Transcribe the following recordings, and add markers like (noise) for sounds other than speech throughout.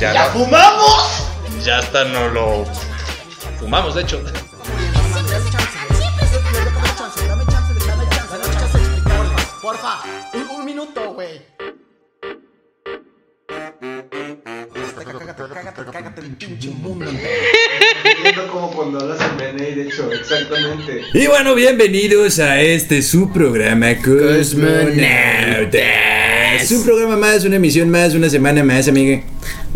Ya, ¿Ya no- fumamos? ya hasta no lo fumamos, de hecho. Porfa, un, un minuto, güey. Cágate, cágate, cágate el pinche mundo. Siento como cuando hablas en BNI, de hecho, exactamente. Y bueno, bienvenidos a este su programa Cosmonautas. Un programa más, una emisión más, una semana más, amiga.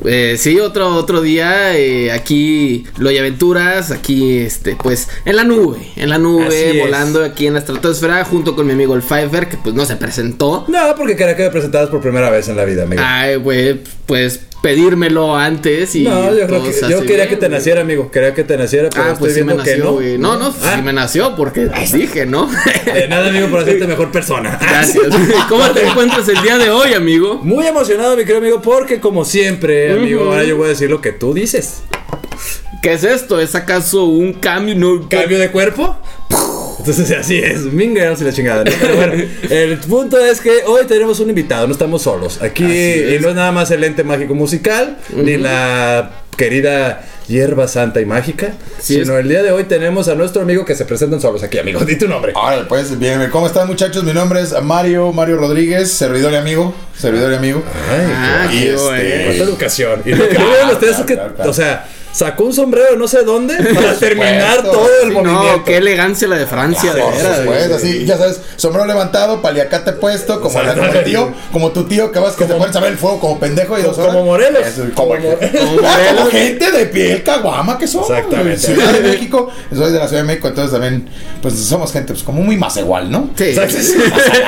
Eh, sí, otro, otro día, eh, aquí Loy Aventuras, aquí este, pues, en la nube, en la Así nube, es. volando aquí en la estratosfera, junto con mi amigo el Fiverr, que pues no se presentó. No, porque Caracas presentados por primera vez en la vida, amigo. Ay, güey, pues pedírmelo antes y. no, yo, creo todo que- se yo hace quería bien, que te güey. naciera, amigo. Quería que te naciera, pero Ah, estoy pues sí me viendo que nació, no. güey. No, no, sí Ah, me nació (laughs) porque dije, ¿no? De nada, amigo, por hacerte mejor persona. (laughs) (laughs) Gracias. ¿Cómo te encuentras el día de hoy, amigo? Muy emocionado, mi querido amigo, porque como siempre, amigo, Ujú. ahora yo voy a decir lo que tú dices. ¿Qué es esto? ¿Es acaso un cambio? No, ¿Cambio de cuerpo? Entonces así es, mingaros y la chingada. ¿no? Pero (laughs) bueno, el punto es que hoy tenemos un invitado, no estamos solos. Aquí Así y es. no es nada más el ente mágico musical, ni la querida hierba santa y mágica, Así sino es. el día de hoy tenemos a nuestro amigo que se presentan solos aquí, amigo. Di tu nombre. Ahora, pues, bien, ¿cómo están muchachos? Mi nombre es Mario, Mario Rodríguez, servidor y amigo, servidor y amigo. Ah, Y qué este- bueno. Cuánta educación. (laughs) Y lo que veo en ustedes es que, o sea, sacó un sombrero no sé (laughs) dónde para terminar todo el Sí, movimiento. No, qué elegancia la de Francia, de Por veras, güey. supuesto, así, ya sabes, sombrero levantado, paliacate puesto, como, la- como el tío, como tu tío que vas que te pones a ver el fuego como pendejo y dos horas. Como Morelos. Eso, como, Como (laughs) Ah, Morelos. como gente de piel caguama que somos. Exactamente. Ciudad de México, soy de la Ciudad de México, entonces también, pues somos gente, pues como muy más igual, ¿no? Sí. (laughs) Exacto.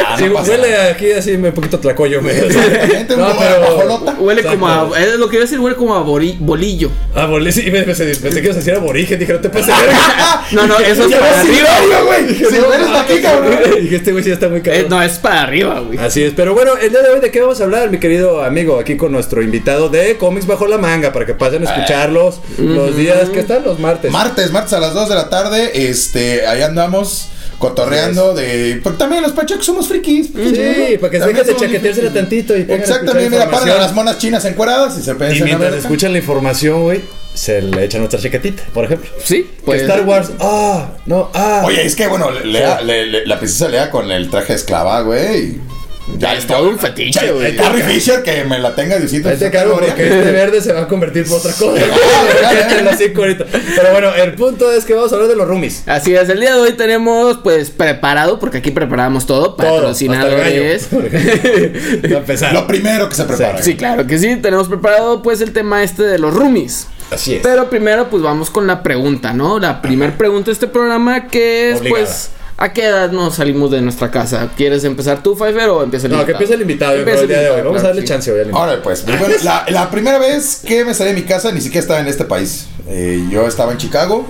Ah, Sí, no pasa huele aquí así me- un poquito tlacoyo. me- Exactamente, un No, poco de pero... guajolota. Huele como Exacto. a. Es lo que iba a decir, huele como a bori- bolillo. Ah, boli- sí, me- me- pensé pensé que ibas a decir aborigen. Dije, no te pases de verga. (laughs) No, (laughs) no, eso es Ya para vas arriba. sicario, güey. Si no eres de aquí, cabrón. Ah, (laughs) Dije, este güey sí está muy Eh, caro. no, es para arriba, güey. Así es, pero bueno, el día de hoy, ¿de qué vamos a hablar, mi querido amigo? Aquí con nuestro invitado de Cómics Bajo la Manga, para que pasen a escucharlos los días que están, los martes. Martes, martes a las 2 de la tarde, este, ahí andamos cotorreando de... Porque también los pachecos somos frikis. Sí, para que se También dejen de somos chaqueteársela frikis. tantito y pongan a Exactamente, escuchar mira, paran a información. las monas chinas encueradas y se Y piensan a mientras ver... escuchan la información, güey, se le echan otra chaquetita, por ejemplo. Sí, Que pues. Star Wars, ah, no, ah. Oye, es que bueno, Lea- le- le- la princesa Lea con el traje de esclava, güey. y Ya Es todo un fetiche, Che, güey. Carrie Fisher, que me la tenga Diosito. Ahí te cargo porque este verde se va a convertir por otra (laughs) cosa. (laughs) ya, Lo hacía ahorita. Pero bueno, el punto es que vamos a hablar de los roomies. Así es, el día de hoy tenemos pues preparado, porque aquí preparamos todo, Todo, hasta el patrocinadores. (laughs) Va a empezar. Lo primero que se prepara. sí, claro que sí, tenemos preparado pues el tema este de los roomies. Así es. Pero primero, pues vamos con la pregunta, ¿no? La primer pregunta de este programa que es, Obligada. pues, ¿a qué edad nos salimos de nuestra casa? ¿Quieres empezar tú, Pfeiffer, o empieza el No, que empiece el invitado yo creo, el día de hoy. Vamos a darle chance hoy al invitado. Ahora pues, pues, bueno, la, la primera vez que me salí de mi casa ni siquiera estaba en este país. Eh, yo estaba en Chicago.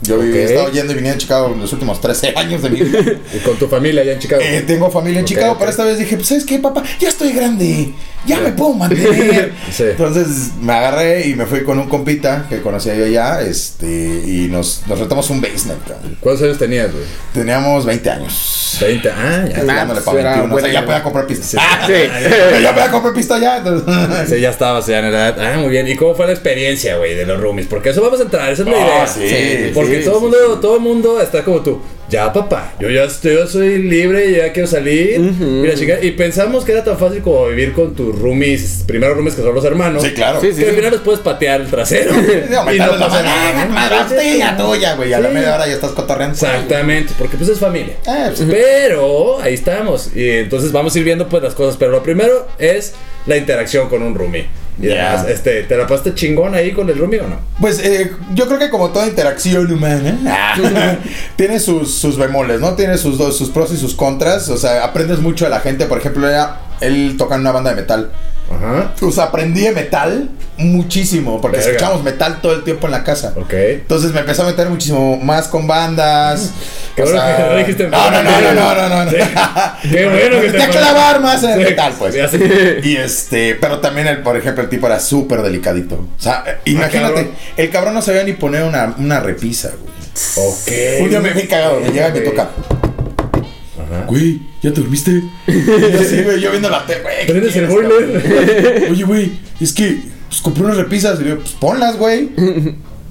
Yo viví- he Ok. estado yendo y viniendo a Chicago los últimos 13 (laughs) años de mi vida. Y con tu familia allá en Chicago. Eh, tengo familia en Ok, Chicago, ok. pero esta vez dije, pues, ¿sabes qué, papá? Ya estoy grande, ya me puedo mantener. (laughs) Sí. Entonces me agarré y me fui con un compita que conocía yo allá, este, y nos, nos retamos un basement. cabrón. ¿Cuántos años tenías, güey? Teníamos 20 años. 20. Ah, ya. Nah, Dándole pues, pa' era 21, o sea, buena ya edad. podía comprar pista. Sí. (laughs) (laughs) ya podía comprar pista (laughs) ya. entonces- Sí, ya estabas ya en edad. Ah, muy bien. ¿Y cómo fue la experiencia, güey, de los roomies? Porque eso vamos a entrar, esa es la Ah, idea. sí, Sí, Porque sí, todo sí, mundo, todo mundo está como tú. Ya, papá, yo ya estoy, yo soy libre, ya quiero salir. y, la chica- y pensamos que era tan fácil como vivir con tus roomies, primeros roomies que son los hermanos. Sí, claro. Sí, Que al final les puedes patear el trasero. (laughs) No, y meterle no la pasa mano. nada. "Ah, madrote, ya tuya, güey. A la Sí. media hora ya estás cotorreando. Exactamente, porque pues es familia. Ah, pues, Pero ahí estamos. Y entonces vamos a ir viendo pues las cosas. Pero lo primero es la interacción con un roomie. Y Ya. además, este, ¿te la pasaste chingón ahí con el roomie o no? Pues eh, yo creo que como toda interacción humana, tiene sus, sus bemoles, ¿no? Tiene sus, dos- sus pros y sus contras. O sea, aprendes mucho de la gente. Por ejemplo, era- él toca en una banda de metal. Ajá. O sea, aprendí de metal muchísimo, porque Verga. escuchábamos metal todo el tiempo en la casa. (laughs) Ok. Entonces me empecé a meter muchísimo más con bandas. Qué o bueno sea, que no dijiste no, no, no, no, no, no, no, no. Sí. Qué bueno que Me te. metí a clavar más en el Sí. metal, pues. Ya (laughs) sé. Y este, pero también el, por ejemplo, el tipo era súper delicadito. O sea, eh, imagínate, cabrón. el cabrón no sabía ni poner una, una repisa, güey. Ok. Un día me vi cagado, eh, me llega y me Güey. toca. Güey, ¿ya te dormiste? Y yo así, güey, yo viendo la tele, güey. ¿qué Prendes el quieres, boiler. cabrón? Oye, güey, es que pues, compré unas repisas. Y yo, pues ponlas, (laughs) güey.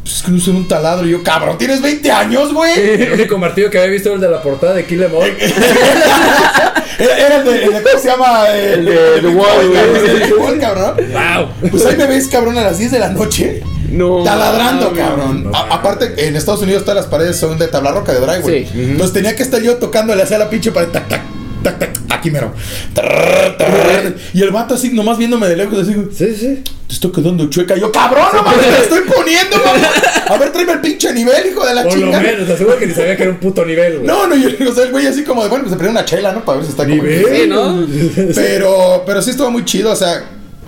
Pues es que no usan un taladro. Y yo, cabrón, tienes 20 años, güey. (laughs) El único martillo que había visto era el de la portada de Kill Em All. (laughs) Era, era el de, el de- ¿cómo se llama? El de The Wall, güey. El de The Wall, cabrón. ¡Wow! Pues ahí me ves, cabrón, a las 10 de la noche. No. Taladrando, cabrón. no A- mames. aparte, en Estados Unidos todas las paredes son de tabla roca de drywall. Sí. Entonces tenía que estar yo tocándole hacia la pinche pared. Tac, tac, tac, tac. Aquí mero. Trrr, trrr. Y el vato así, nomás viéndome de lejos, así, güey, Sí, sí. te estoy quedando chueca. Y yo, cabrón, no mames, te estoy poniendo, mamón. A ver, tráeme el pinche nivel, hijo de la Por lo chingada. menos, te aseguro que ni sabía que era un puto nivel, güey. Ah, No, no, yo digo, o sea, el güey así como de, bueno, pues se prendió una chela, ¿no? Para ver si está como. Nivel. Sí, ¿no? Pero, pero sí estuvo muy chido, o sea,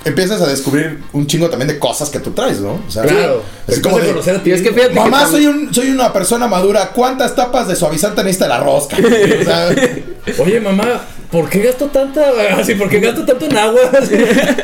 empiezas a descubrir un chingo también de cosas que tú traes, ¿no? O (laughs) sea, Claro. así Es como como de, conocer a ti. Y es que mismo. fíjate Mamá, que soy, un, soy una persona madura. ¿Cuántas tapas de suavizante necesita la (laughs) rosca? O sea, Oye, mamá, ¿por qué gasto tanta. Así, ¿por qué gasto tanto en agua? (laughs) Así,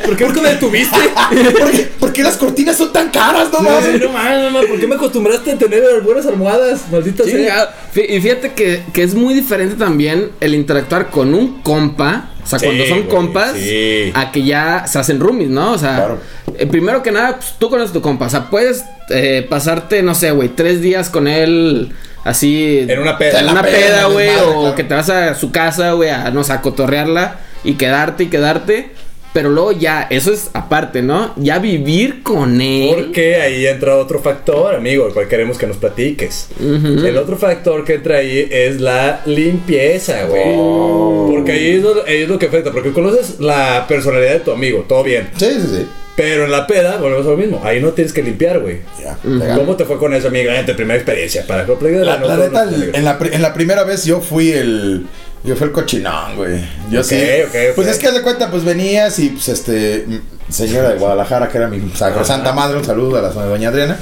¿Por qué nunca me (laughs) detuviste? "Ah, ¿por, qué, por qué las cortinas son tan caras, no Ay, mames? No mames, mamá, ¿por qué me acostumbraste a tener buenas almohadas? Maldita sea. Chinga. Fí- Y fíjate que, que es muy diferente también el interactuar con un compa. O sea, Sí, cuando son güey, compas, sí. a que ya se hacen roomies, ¿no? O sea, Claro. eh, primero que nada, pues, tú conoces a tu compa. O sea, puedes eh, pasarte, no sé, güey, tres días con él así. En una peda. En una En la peda, peda, en el güey. desmadre, O claro. que te vas a su casa, güey, a, no sé, a cotorrearla y quedarte y quedarte. Pero luego ya, eso es aparte, ¿no? Ya vivir con él. Porque ahí entra otro factor, amigo, el cual queremos que nos platiques. El otro factor que entra ahí es la limpieza, güey. Oh. Porque ahí es, lo, ahí es lo que afecta, porque conoces la personalidad de tu amigo, todo bien. Sí, sí, sí. Pero en la peda, volvemos a lo mismo, ahí no tienes que limpiar, güey. Ya, legal. ¿Cómo te fue con eso, amigo? En tu primera experiencia, para que La, la neta, el- en, la, pri- en la primera vez yo fui el. Yo fui el cochinón, güey. Yo Ok, sí. ok, ok. Pues es que haz de cuenta, pues venías y pues este. mm, Señora de Guadalajara, que era mi sacrosanta madre, un saludo a la doña Adriana.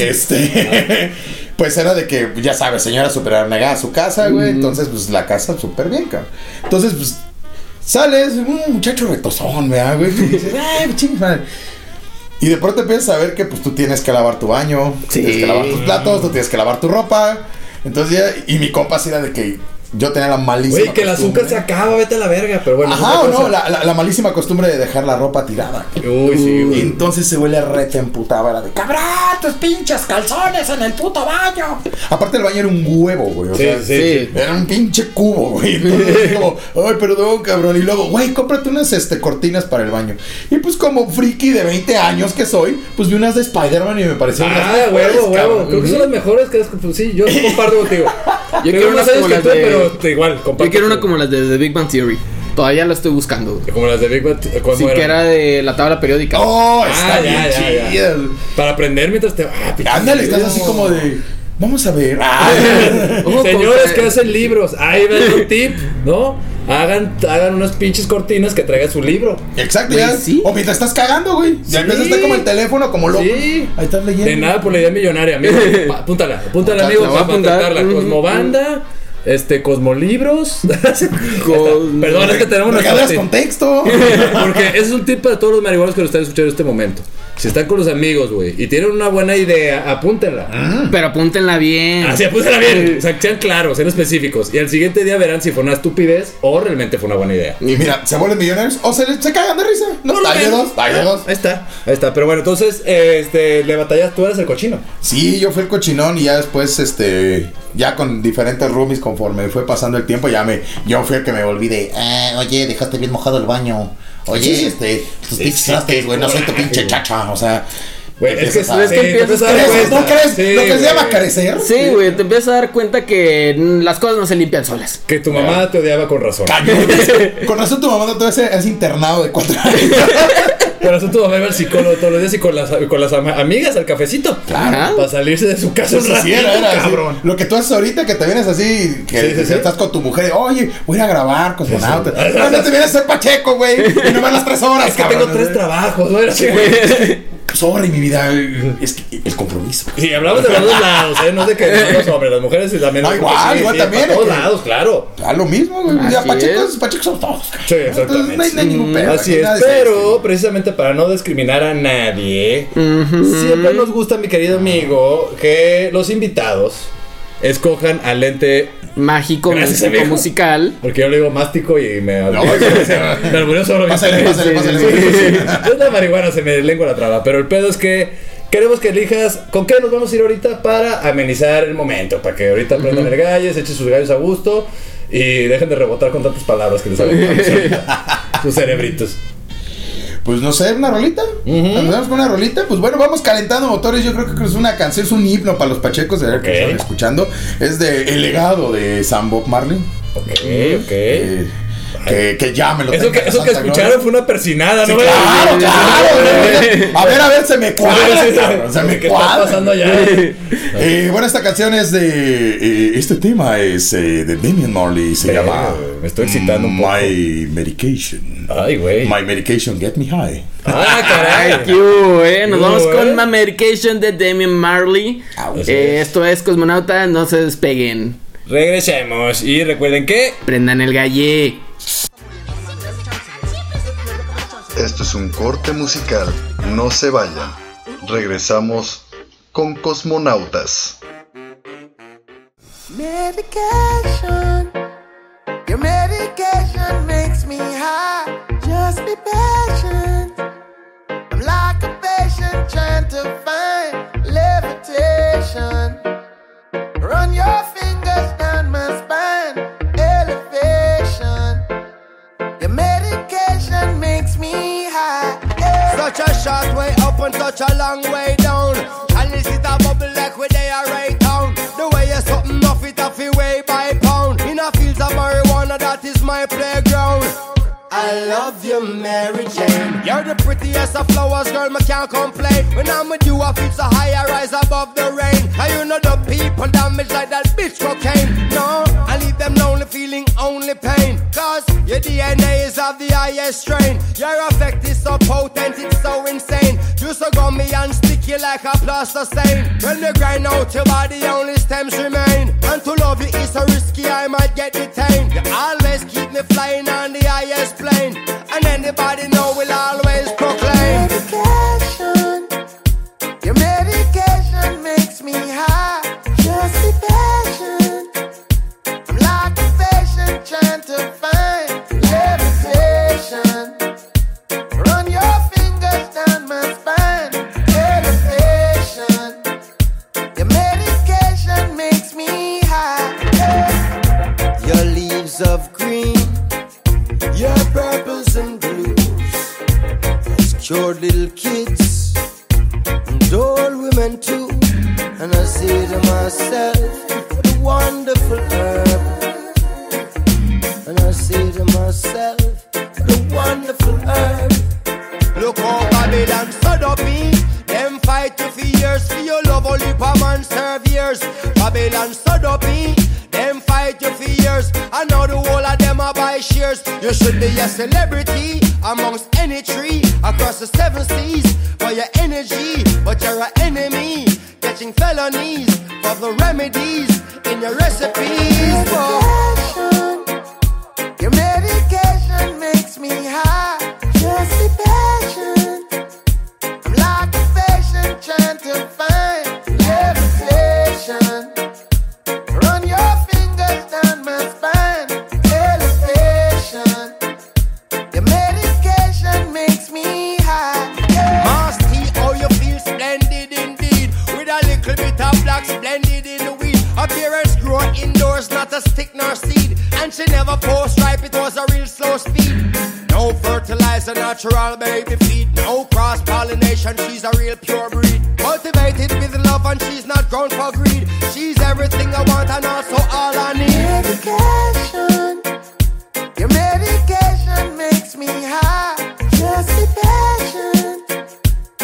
Este. (laughs) Pues era de que, ya sabes, señora super a su casa, güey. Entonces, pues la casa súper bien, cabrón. Entonces, pues. Sales, un muchacho retozón, (laughs) ¿verdad, güey? Que dices, ay, chingues, madre. Y de pronto empiezas a ver que pues tú tienes que lavar tu baño, tú Sí. tienes que lavar tus platos, tú tienes que lavar tu ropa. Entonces ya, y mi compa sí era de que yo tenía la malísima Güey, que el azúcar se costumbre- acaba, vete a la verga. Pero bueno, Ajá, es o otra no, cosa. la, la- la malísima costumbre de dejar la Mm, ropa tirada. Uy, sí, Y güey. entonces se huele rete emputaba, era de cabrón, tus pinches calzones en el puto baño. Aparte el baño era un huevo, güey. O Sí, sea, sí, sí. era un pinche cubo, güey. Entonces, así como, ay, perdón, cabrón. Y luego, güey, cómprate unas este, cortinas para el baño. Y pues, como friki de 20 años que soy, pues vi unas de Spider-Man y me parecieron unas Ah, mejores, huevo, huevo. cabrón. Creo que son las mejores que has pues sí, yo comparto contigo. Yo quiero unas como las de- pero te- igual, comparto. Yo quiero una contigo. como las de The Big Bang Theory. Todavía la estoy buscando. güey. Como las de Big Bang. ¿cuándo Sí, eran? que era de la tabla periódica. Oh, Ah, está ya, bien ya, ya. chidas. Para aprender mientras te. Ah, pinche Ándale, estás video. así como de, vamos a ver. (laughs) Ah, Ojo con- Señores que hacen libros, ahí ven un tip, ¿no? Hagan, hagan unas pinches cortinas que traigan su libro. Exacto, Güey, ya. sí. O mientras estás cagando, güey. Sí. Ya empiezas a estar como el teléfono, como loco. Sí. Ahí estás leyendo. De nada por la idea millonaria, (laughs) amigo. Pa- Apúntala, apúntala, La amigo, voy a para apuntar. contactarla. Mm, Cosmobanda, este, Cosmolibros. (laughs) Cos- Perdón, es que tenemos nuestra Regalas ti- (laughs) contexto. Porque ese es un tip para todos los marihuanos que lo están escuchando en este momento. Si están con los amigos, güey, y tienen una buena idea, Ah. apúntenla. Pero apúntenla bien. Así, apúntenla bien. O sea, sean claros, sean específicos. Y al siguiente día verán si fue una estupidez o realmente fue una buena idea. Y mira, se vuelven millonarios o se, les- se cagan de risa. No, Por lo hay de menos. dos, hay de dos. Ahí está, ahí está. Pero bueno, entonces, eh, este, le batallas, tú eres el cochino. Sí, yo fui el cochinón y ya después, este, ya con diferentes roomies conforme fue pasando el tiempo, ya me, yo fui el que me volví de, "Ah, oye, dejaste bien mojado el baño. Oye, este, tus Sí, pinches sí, trastes, qué güey, no soy tu coraje, pinche güey. chacha, o sea. Güey, es que empiezas a- es que Sí, empiezas a dar ¿Crees? ¿No cuenta. crees? Sí, ¿No que se llama güey. carecer? Sí, güey, te empiezas a dar cuenta que mm, las cosas no se limpian (laughs) solas. Que tu mamá te odiaba con razón. (laughs) Cañones. Con razón tu mamá no te va a hacer ese internado de cuatro años. Pero eso todo va a ver al psicólogo todos los días y con las, con las ama- amigas al cafecito. Claro. Para salirse de su casa un Eso sí ratito, era, era así. cabrón. Lo que tú haces ahorita que te vienes así, que Sí, sí, sí. estás con tu mujer, oye, voy a ir a grabar cosmonautas. No, "Ah, no te vienes a ser Pacheco, güey. Y no van las tres horas. Es que tengo eh. tres trabajos, ¿no? Era así, güey. Pues, Sorry, mi vida. Es que el compromiso. Y hablamos de los dos lados, ¿eh? No sé qué no, sobre las mujeres y la menos. Ah, igual, igual también, Para todos ¿eh? lados, claro. A Ah, lo mismo, güey. Ya, Así Pachecos, es. Pachecos son todos. cabrón. Sí, exactamente. Entonces, no hay, no hay ningún pedo. Así güey, es, nada de pero precisamente para no discriminar a nadie, siempre nos gusta, mi querido amigo, que los invitados escojan al ente, Mágico, Gracias, músico, amigo. musical. porque yo le digo mástico y me... No, (laughs) me albureó solo. Pásale, pásale, pásale. Es la marihuana, se me lengua la traba, pero el pedo es que... Queremos que elijas con qué nos vamos a ir ahorita para amenizar el momento, para que ahorita prendan el gallo, se echen sus gallos a gusto y dejen de rebotar con tantas palabras que les salen (laughs) sus cerebritos. Pues no sé, una rolita. Nos vamos con una rolita. Pues bueno, vamos calentando motores. Yo creo que es una canción, es un himno para los pachecos de ver que Ok. están escuchando. Es de El legado de Sam Bob Marley. Ok, ok. Eh, que, que ya me lo Eso tengo que, en la eso que Santa escucharon Gloria. fue una persinada, Sí, ¿no? claro, Sí, claro. A ver, a ver, se me cuadra. sí, sí. cabrón, Se me ¿Qué está cuadra. pasando ya? Eh, bueno, esta canción es de. eh, este tema es eh, de Damien Marley. Se Eh, llama. me estoy excitando un poco. My Medication. Ay, güey. My Medication Get Me High. Ah, Ay, qué caray. hubo, eh. Nos Qué vamos hubo, con eh. My Medication de Damien Marley. Au. Eh, esto es Cosmonauta, no se despeguen. Regresemos. Y recuerden que. Prendan el galle. Esto es un corte musical, no se vayan. Regresamos con Cosmonautas. Medication. Your medication makes me high. Just be patient. I'm like a patient trying to find levitation. Run your fingers down my spine. Elevation. Your medication makes me high. Such a short way up and such a long way down. And this is a bubble like where they are right down. The way you're something off it off your way by pound. In a fields of marijuana, that is my playground. I love you, Mary Jane. You're the prettiest of flowers, girl. Me can't complain. When I'm with you, I feel so high. I rise above the rain. And you know the people damage like that bitch cocaine. No, I leave them lonely, feeling only pain. Cause your DNA is of the highest strain. Your effect is so potent, it's so insane. You so gummy and sticky like a plaster stain. When you grind out your body, only stems remain. And to love you is so risky, I might get detained. You always keep me flying on the highest plane. And anybody know will always proclaim. Medication, your medication makes me high. Just be patient. I'm like a patient trying to find levitation. Run your fingers down my spine. Elevation. Your medication makes me high. Your leaves of green, your purples and blues. It's cured little kids and old women too. And I say to myself, what a wonderful herb. And I say to myself, what a wonderful herb. Look how Babylon stood up me. Them fight to for years for your love only for man serve years. Babylon stood up me. Them fight you for years. I know the whole of them are buy shares. You should be a celebrity amongst any tree across the seven seas for your energy, but you're an enemy catching felonies for the remedies in your recipes. Whoa. Your medication makes me high. Just be patient. I'm like a patient trying to find levitation. Run your fingers down my spine. Elevation. Your medication makes me high. Musty, oh, you feel splendid indeed. With a little bit of black splendid in the weed. Appearance grow indoors, not a stick nor seed. And she never post ripe, it was a real slow speed. No fertilizer, natural baby feed. No cross pollination, she's a real pure breed. Cultivated with love, and she's not grown for greed. She's everything I want, and also all I need. Medication. Your medication makes me high. Just be patient.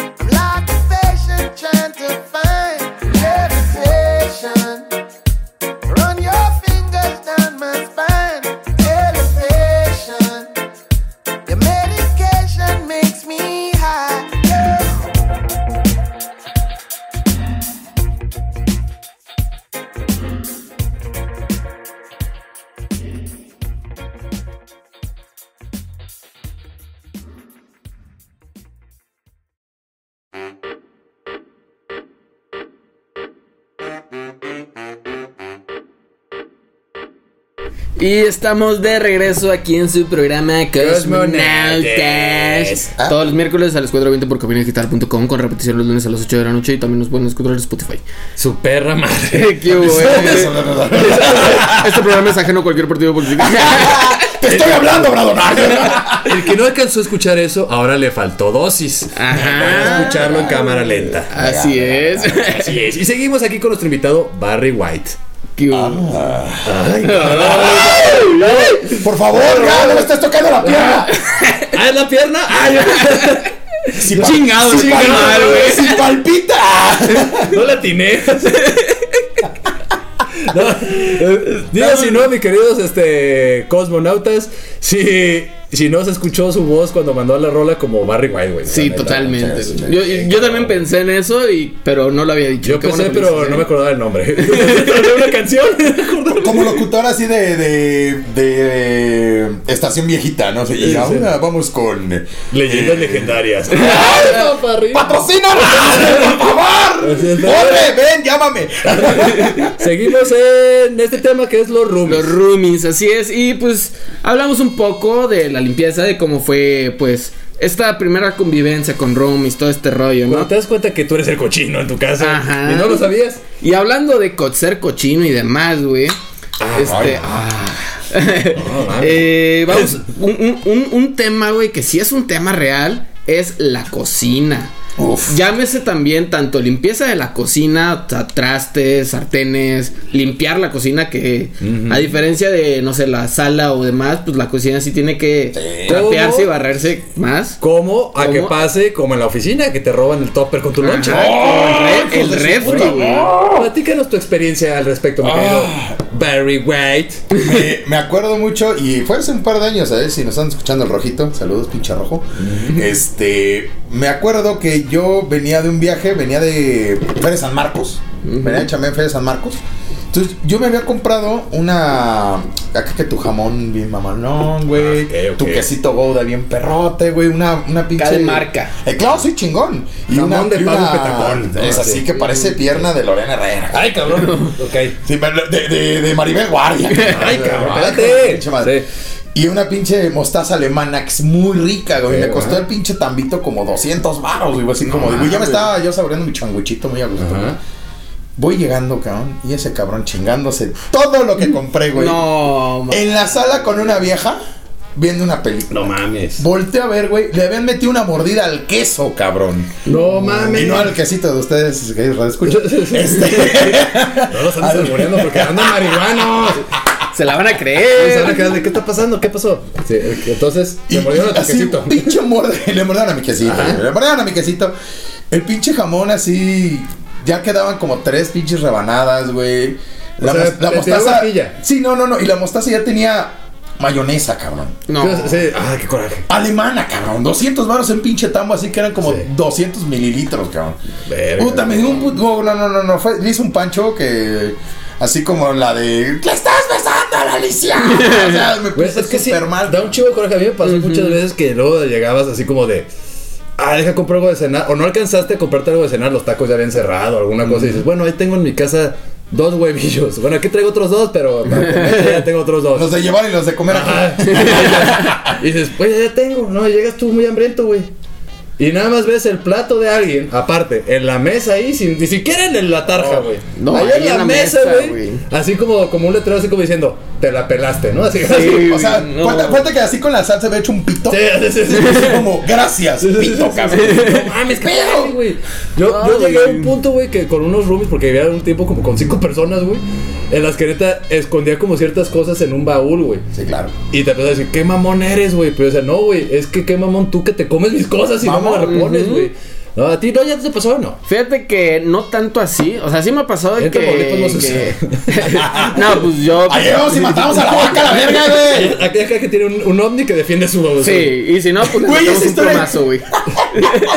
Y estamos de regreso aquí en su programa Cosmonautas. Cosmonautas. Ah. Todos los miércoles a las 4.20 por caminasguitar.com con repetición los lunes a las 8 de la noche y también nos pueden escuchar en Spotify. Su perra madre. (laughs) ¡Qué bueno! este programa es ajeno a cualquier partido (laughs) político. ¡Te estoy hablando, Bradonario! (laughs) El que no alcanzó a escuchar eso, ahora le faltó dosis. Ajá. Para escucharlo en cámara lenta. Así es. (laughs) Así es. Y seguimos aquí con nuestro invitado Barry White. Qué Por favor, ya, no me estés tocando la pierna. (laughs) ¡Ah, es la pierna! ¡Ay! (laughs) Si pal- Chingado, si chingado, palpita, güey. si palpita. ¡No la atiné! (laughs) No, eh, diga si no, mis queridos este, cosmonautas, si, si no se escuchó su voz cuando mandó la rola como Barry White, güey. Sí, La neta. totalmente. muchas gracias. Yo, yo también pensé en eso, y, pero no lo había dicho. Yo Qué pensé, bueno que lo pero hiciste. no me acordaba el (laughs) nombre. Entonces, una canción. (laughs) Como locutor así de, de, de estación viejita, ¿no? Y ahora vamos con... Leyendas (laughs) eh, legendarias. ¡Patrocínanos! ¡Por favor! Así es, ¿no? ¡Hombre, ven, llámame! (laughs) Seguimos en este tema que es los roomies. Los roomies, así es. Y pues hablamos un poco de la limpieza, de cómo fue, pues, esta primera convivencia con roomies, todo este rollo, Cuando ¿no? te das cuenta que tú eres el cochino en tu casa Ajá. y no lo sabías. Y hablando de co- ser cochino y demás, güey. este. ay. ah. mames. (laughs) Eh, vamos, un, un- un- un tema, güey, que sí es un tema real, es la cocina. Uf. Llámese también tanto limpieza de la cocina, o sea, trastes, sartenes, limpiar la cocina que a diferencia de, no sé, la sala o demás, pues la cocina sí tiene que trapearse y ¿Cómo? barrerse más. Como a ¿Cómo? que pase como en la oficina, que te roban el topper con tu lonche. Ajá, como el, re- el refri, güey. Ah. Platícanos tu experiencia al respecto, mi querido Barry White. me, me acuerdo mucho y fue hace un par de años, ¿sabes? Si nos están escuchando el rojito, saludos pinche rojo. Este, me acuerdo que yo venía de un viaje, venía de Feria de San Marcos, venía de Chamén Feria de San Marcos. Entonces yo me había comprado una acá que tu jamón bien mamalón, güey, Ah, ok, tu ok. quesito Gouda bien perrote, güey, una una pinche de marca. Eh, claro, sí, chingón. Jamón de pavo petacón, ¿no? Es así Sí. que parece pierna de Lorena Herrera. Ay, cabrón. (laughs) ok. Sí, pero de, de, de Maribel (laughs) Guardia. Ay, cabrón, Ay, espérate. pinche madre. Y una pinche mostaza alemana que es muy rica, güey. Sí, me costó ajá. Ah, el pinche tambito como 200 baros, güey. Así como, güey, ya me mames. estaba yo saboreando mi changuichito muy a gusto. güey. Voy llegando, cabrón, y ese cabrón chingándose todo lo que compré, güey. No, ma- En la sala con una vieja, viendo una película. No mames. Volté a ver, güey. Le habían metido una mordida al queso, cabrón. No Y mames. (laughs) no al quesito de ustedes, que escucho. Este. No los andes muriendo porque andan marihuanos. se la van a (laughs) Pues creer. ahora que- ¿Qué está pasando? ¿Qué pasó? Sí, eh, entonces, Eh. Y te mordieron a tu así, quesito. pinche morde, (laughs) le mordieron a mi quesito. Ajá. güey, Le mordieron a mi quesito. El pinche jamón así. Ya quedaban como tres pinches rebanadas, güey. O La, sea, mos- te- la te dio mostaza. guapilla. Sí, no, no, no. Y la mostaza ya tenía mayonesa, cabrón. No. Sí, ah, qué coraje. Alemana, cabrón. 200 baros en pinche tambo, así que eran como Sí. 200 mililitros, cabrón. Verga. Puta, me dio un puto. No, no, no, no, no. Fue, le hice un pancho que. Así como la de. ¡Le estás besando a la Alicia! (laughs) O sea, me Güey, puse es que sí, súper mal. da un chivo de coraje. A mí me pasó muchas veces que luego llegabas así como de, ah, deja comprar algo de cenar. O no alcanzaste a comprarte algo de cenar, los tacos ya habían cerrado, alguna cosa. Y dices, bueno, ahí tengo en mi casa dos huevillos. Bueno, aquí traigo otros dos, pero para comer ya tengo otros (laughs) dos. Los de llevar y los de comer aquí. Ajá. y (laughs) dices, pues ya tengo, no, llegas tú muy hambriento, güey. Y nada más ves el plato de alguien, aparte, en la mesa ahí, sin, ni siquiera en la tarja, güey. no, ahí, en la, mesa, güey. güey. Así como, como un letrero, así como diciendo, te la pelaste, ¿no? Así, así. O sea, no. falta, falta que así con la salsa había hecho un (laughs) pito. Sí, sí, sí, sí. Así como, gracias, pito, cabrón. No mames, qué padre, güey. Yo, No, yo llegué a un güey. punto, güey, que con unos roomies, porque había un tiempo como con cinco personas, güey, en las que neta escondía como ciertas cosas en un baúl, güey. Sí, claro. Y te empezó a decir, qué mamón eres, güey. Pero o sea, no, güey, es que qué mamón tú que te comes mis cosas y no me las Mamón, repones, güey. No, a ti no, ya te pasó, no. Fíjate que no tanto así, o sea, sí me ha pasado de En que, Tamaulipas no que- sucede. (laughs) No, pues yo Ahí llegamos y matamos a la vaca, la verga, güey. Aquí acá que tiene un, un ovni que defiende su baúl. Sí, y si no pues le Güey, metemos esa un historia- plomazo, güey.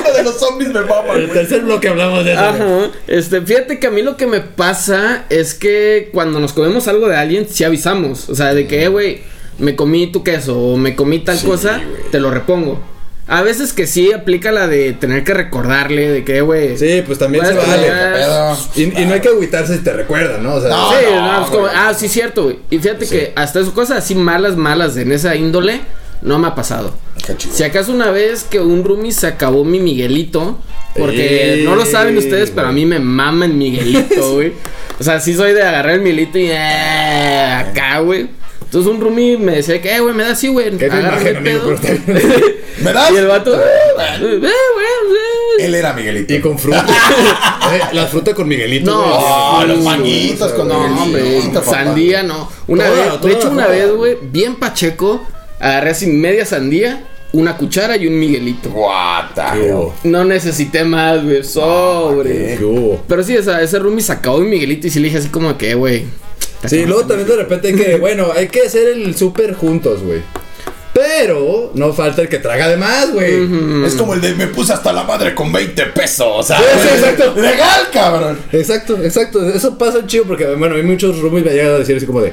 Lo de los zombies me mama, En el güey. tercer bloque hablamos de eso. güey. Ajá. Este, fíjate que a mí lo que me pasa es que cuando nos comemos algo de alguien, sí avisamos. O sea, de que, eh, güey, me comí tu queso o me comí tal cosa, te lo repongo. a veces que sí aplica la de tener que recordarle de que, "Eh, güey. Sí, pues también se Bueno, vale. ya. Pedo. Y, y no hay que agüitarse si te recuerdan, ¿no? O sea, No. Sí, no, no, pues como- güey. ah, sí, cierto, güey. Y fíjate que hasta esas cosas así malas, malas en esa índole, no me ha pasado. Qué chido. Si acaso una vez que un roomie se acabó mi Miguelito, porque Sí, no lo saben ustedes, pero a mí me mama el Miguelito, güey. O sea, sí soy de agarrar el Miguelito y eh, acá, güey. Entonces un roomie me decía que, eh, güey, me da así, güey. ¿Qué te agárrame el imaginas, amigo? pedo. Pero está (laughs) bien. ¿Me das? Y el vato, eh, eh, güey, eh. Él era Miguelito. Y con (laughs) fruta. Eh, la fruta con Miguelito. ah, No. güey. Oh, los Sí, pañitos con No, Miguelito, hombre, papá. sandía no. Una Toda, vez, toda, de hecho, una toda. vez, güey, bien pacheco, agarré así media sandía, una cuchara y un miguelito. What the ¿Qué hell? hubo? No necesité más, güey, sobre. ¿Qué hubo? Pero sí, esa, ese roomie sacó mi miguelito y sí le dije así como que, güey. te Sí, acabas luego también de repente hay que, bueno, hay que hacer el súper juntos, güey. Pero no falta el que traga de más, güey. Es como el de me puse hasta la madre con 20 pesos. O sea, Mm. Sí, sí, exacto. Legal, cabrón. (laughs) Exacto, exacto. Eso pasa chido porque, bueno, a mí muchos roomies me han llegado a decir así como de,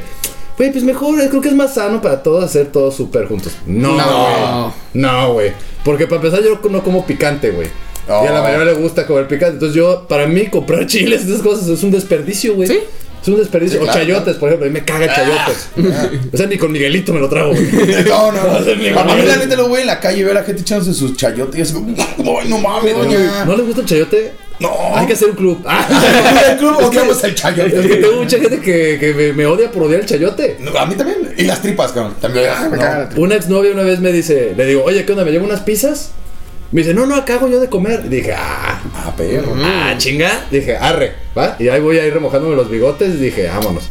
güey, pues mejor, eh, creo que es más sano para todos hacer todo súper juntos. No, No. güey. No, güey. porque para empezar yo no como picante, güey. Y a la Oh. mayoría le gusta comer picante. Entonces yo, para mí, comprar (laughs) chiles, esas cosas es un desperdicio, güey. Sí. Es un desperdicio. o Sí, claro. Ah. chayotes, por ejemplo. A mí me cagan chayotes. (laughs) O sea, ni con Miguelito me lo trago, güey. No, no, No, ni no. A mí madre. la neta lo voy en la calle y veo a la gente echándose sus chayotes y es como, "Ay, no mames, doña. ¿No les gusta el chayote? No. (laughs) Hay que hacer un club. Ah. ¿El club (laughs) Es o que- queremos el chayote? Es que tengo mucha gente que, que me, me odia por odiar el chayote. No, A mí también. Y las tripas, cabrón. También. no. Una exnovia una vez me dice, le digo, oye, ¿qué onda? ¿Me llevo unas pizzas? Me dice, no, no, acá hago yo de comer. Y dije, ah, Ah, perro. ah, chinga. Dije, arre, ¿va? Y ahí voy a ir remojándome los bigotes y dije, vámonos.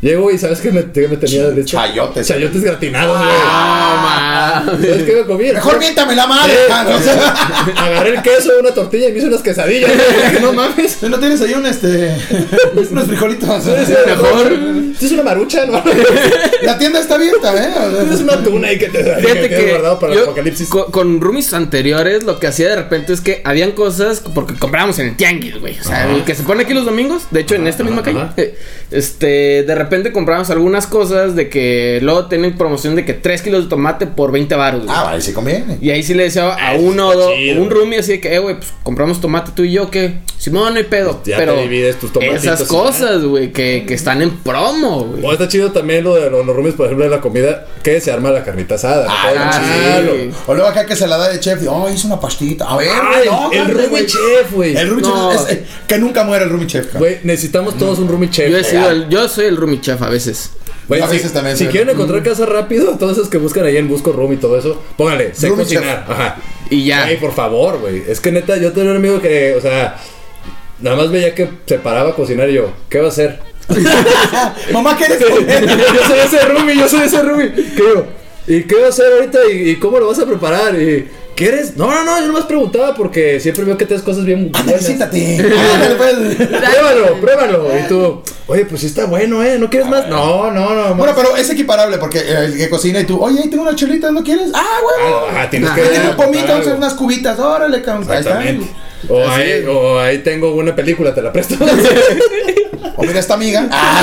Llego y ¿sabes qué me, qué me tenía de hecho? Chayotes. Chayotes gratinados, güey. Ah, ma. ¿Sabes qué me comí? (laughs) Mejor miéntame la madre, Eh, cabrón. Agarré el queso de una tortilla y me hice unas (laughs) quesadillas. Dije, no mames. No tienes ahí un, este, unos (laughs) frijolitos. (laughs) Mejor. Es una marucha, ¿no? La tienda está abierta, ¿eh? O sea, Es una tuna ahí que te Fíjate que tienes que guardado para yo el apocalipsis. co- Con, roomies anteriores lo que hacía de repente es que habían cosas porque comprábamos en el tianguis, güey. O sea, el que se pone aquí los domingos, de hecho en esta misma calle, ajá. eh, este, de repente comprábamos algunas cosas de que luego tienen promoción de que 3 kilos de tomate por 20 baros, güey. Ah, vale, sí conviene. Y ahí sí le Ah, decía a uno o dos, un roomie así de que, eh, güey, pues compramos tomate tú y yo, que Simón, no hay pedo. Ya te pero divides tus tomatitos esas y ya. cosas, güey, que, que están en promo, güey. O está chido también lo de los roomies, por ejemplo, de la comida, que se arma la carnita asada. Ah, ¿no? sí. Claro. O luego acá que se la da de chef. y, Oh, hizo una pastita. A ver, Ah, el- no, el hombre, roomie güey. chef, güey. El roomie No. chef. es- eh, que nunca muera el roomie chef. cabrón. Güey, necesitamos todos un roomie chef. Ah, Yo, he sido el- yo soy el roomie chef a veces. Güey, A si, veces también, si sí. quieren encontrar casa rápido, todos esos que buscan ahí en Busco Room y todo eso, pónganle, sé Roomie cocinar. Ajá. Y ya. Güey, por favor, güey. Es que neta, yo tenía un amigo que, o sea, nada más veía que se paraba a cocinar y yo, ¿qué va a hacer? Mamá, (laughs) ¿qué eres? Este, (laughs) yo soy ese Rumi, yo soy ese Rumi. ¿Qué digo? ¿Y qué vas a hacer ahorita? ¿Y, y cómo lo vas a preparar? ¿Y quieres? No, no, no, yo nomás preguntaba porque siempre veo que tienes cosas bien Ándale, buenas. siéntate. Ándale, pues. Pruébalo, pruébalo. Y tú, oye, pues sí está bueno, ¿eh? ¿No quieres más? No, no, no. más. Bueno, pero es equiparable porque eh, el que cocina y tú, oye, ahí tengo unas chelitas, ¿no quieres? Ah, Ah, güey. ajá, tienes Nah. que. Ahí Tiene un pomito, aportar vamos a hacer algo. unas cubitas. Órale, cabrón. Ahí está. Exactamente. O ahí, o ahí tengo una película, te la (laughs) presto. O mira (laughs) esta amiga. Ah,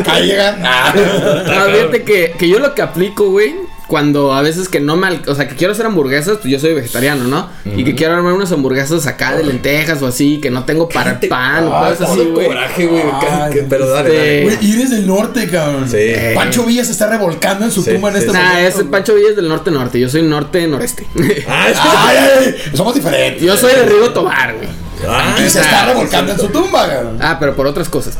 acá llegan. Ah. Ah, fíjate que, que yo lo que aplico, güey, cuando a veces que no me... al- O sea, que quiero hacer hamburguesas, pues yo soy vegetariano, ¿no? Y que quiero armar unas hamburguesas acá de lentejas o así, que no tengo para el pan o Ay, Ah, (laughs) cosas así, todo güey. coraje, güey. Ay, que- Pero dale, este- dale. Güey, y eres del norte, cabrón. Eh. Sí. Pancho Villa se está revolcando en su Sí, tumba en sí, este sí. Nah, momento. ese Pancho Villa es del norte-norte, yo (laughs) soy norte-noreste. Ah, es- Ay, ay, ay, Somos diferentes. yo soy de Rigo Tobar, güey. Ah, Y se está revolcando en su tumba, cabrón. Ah, pero por otras (laughs) cosas.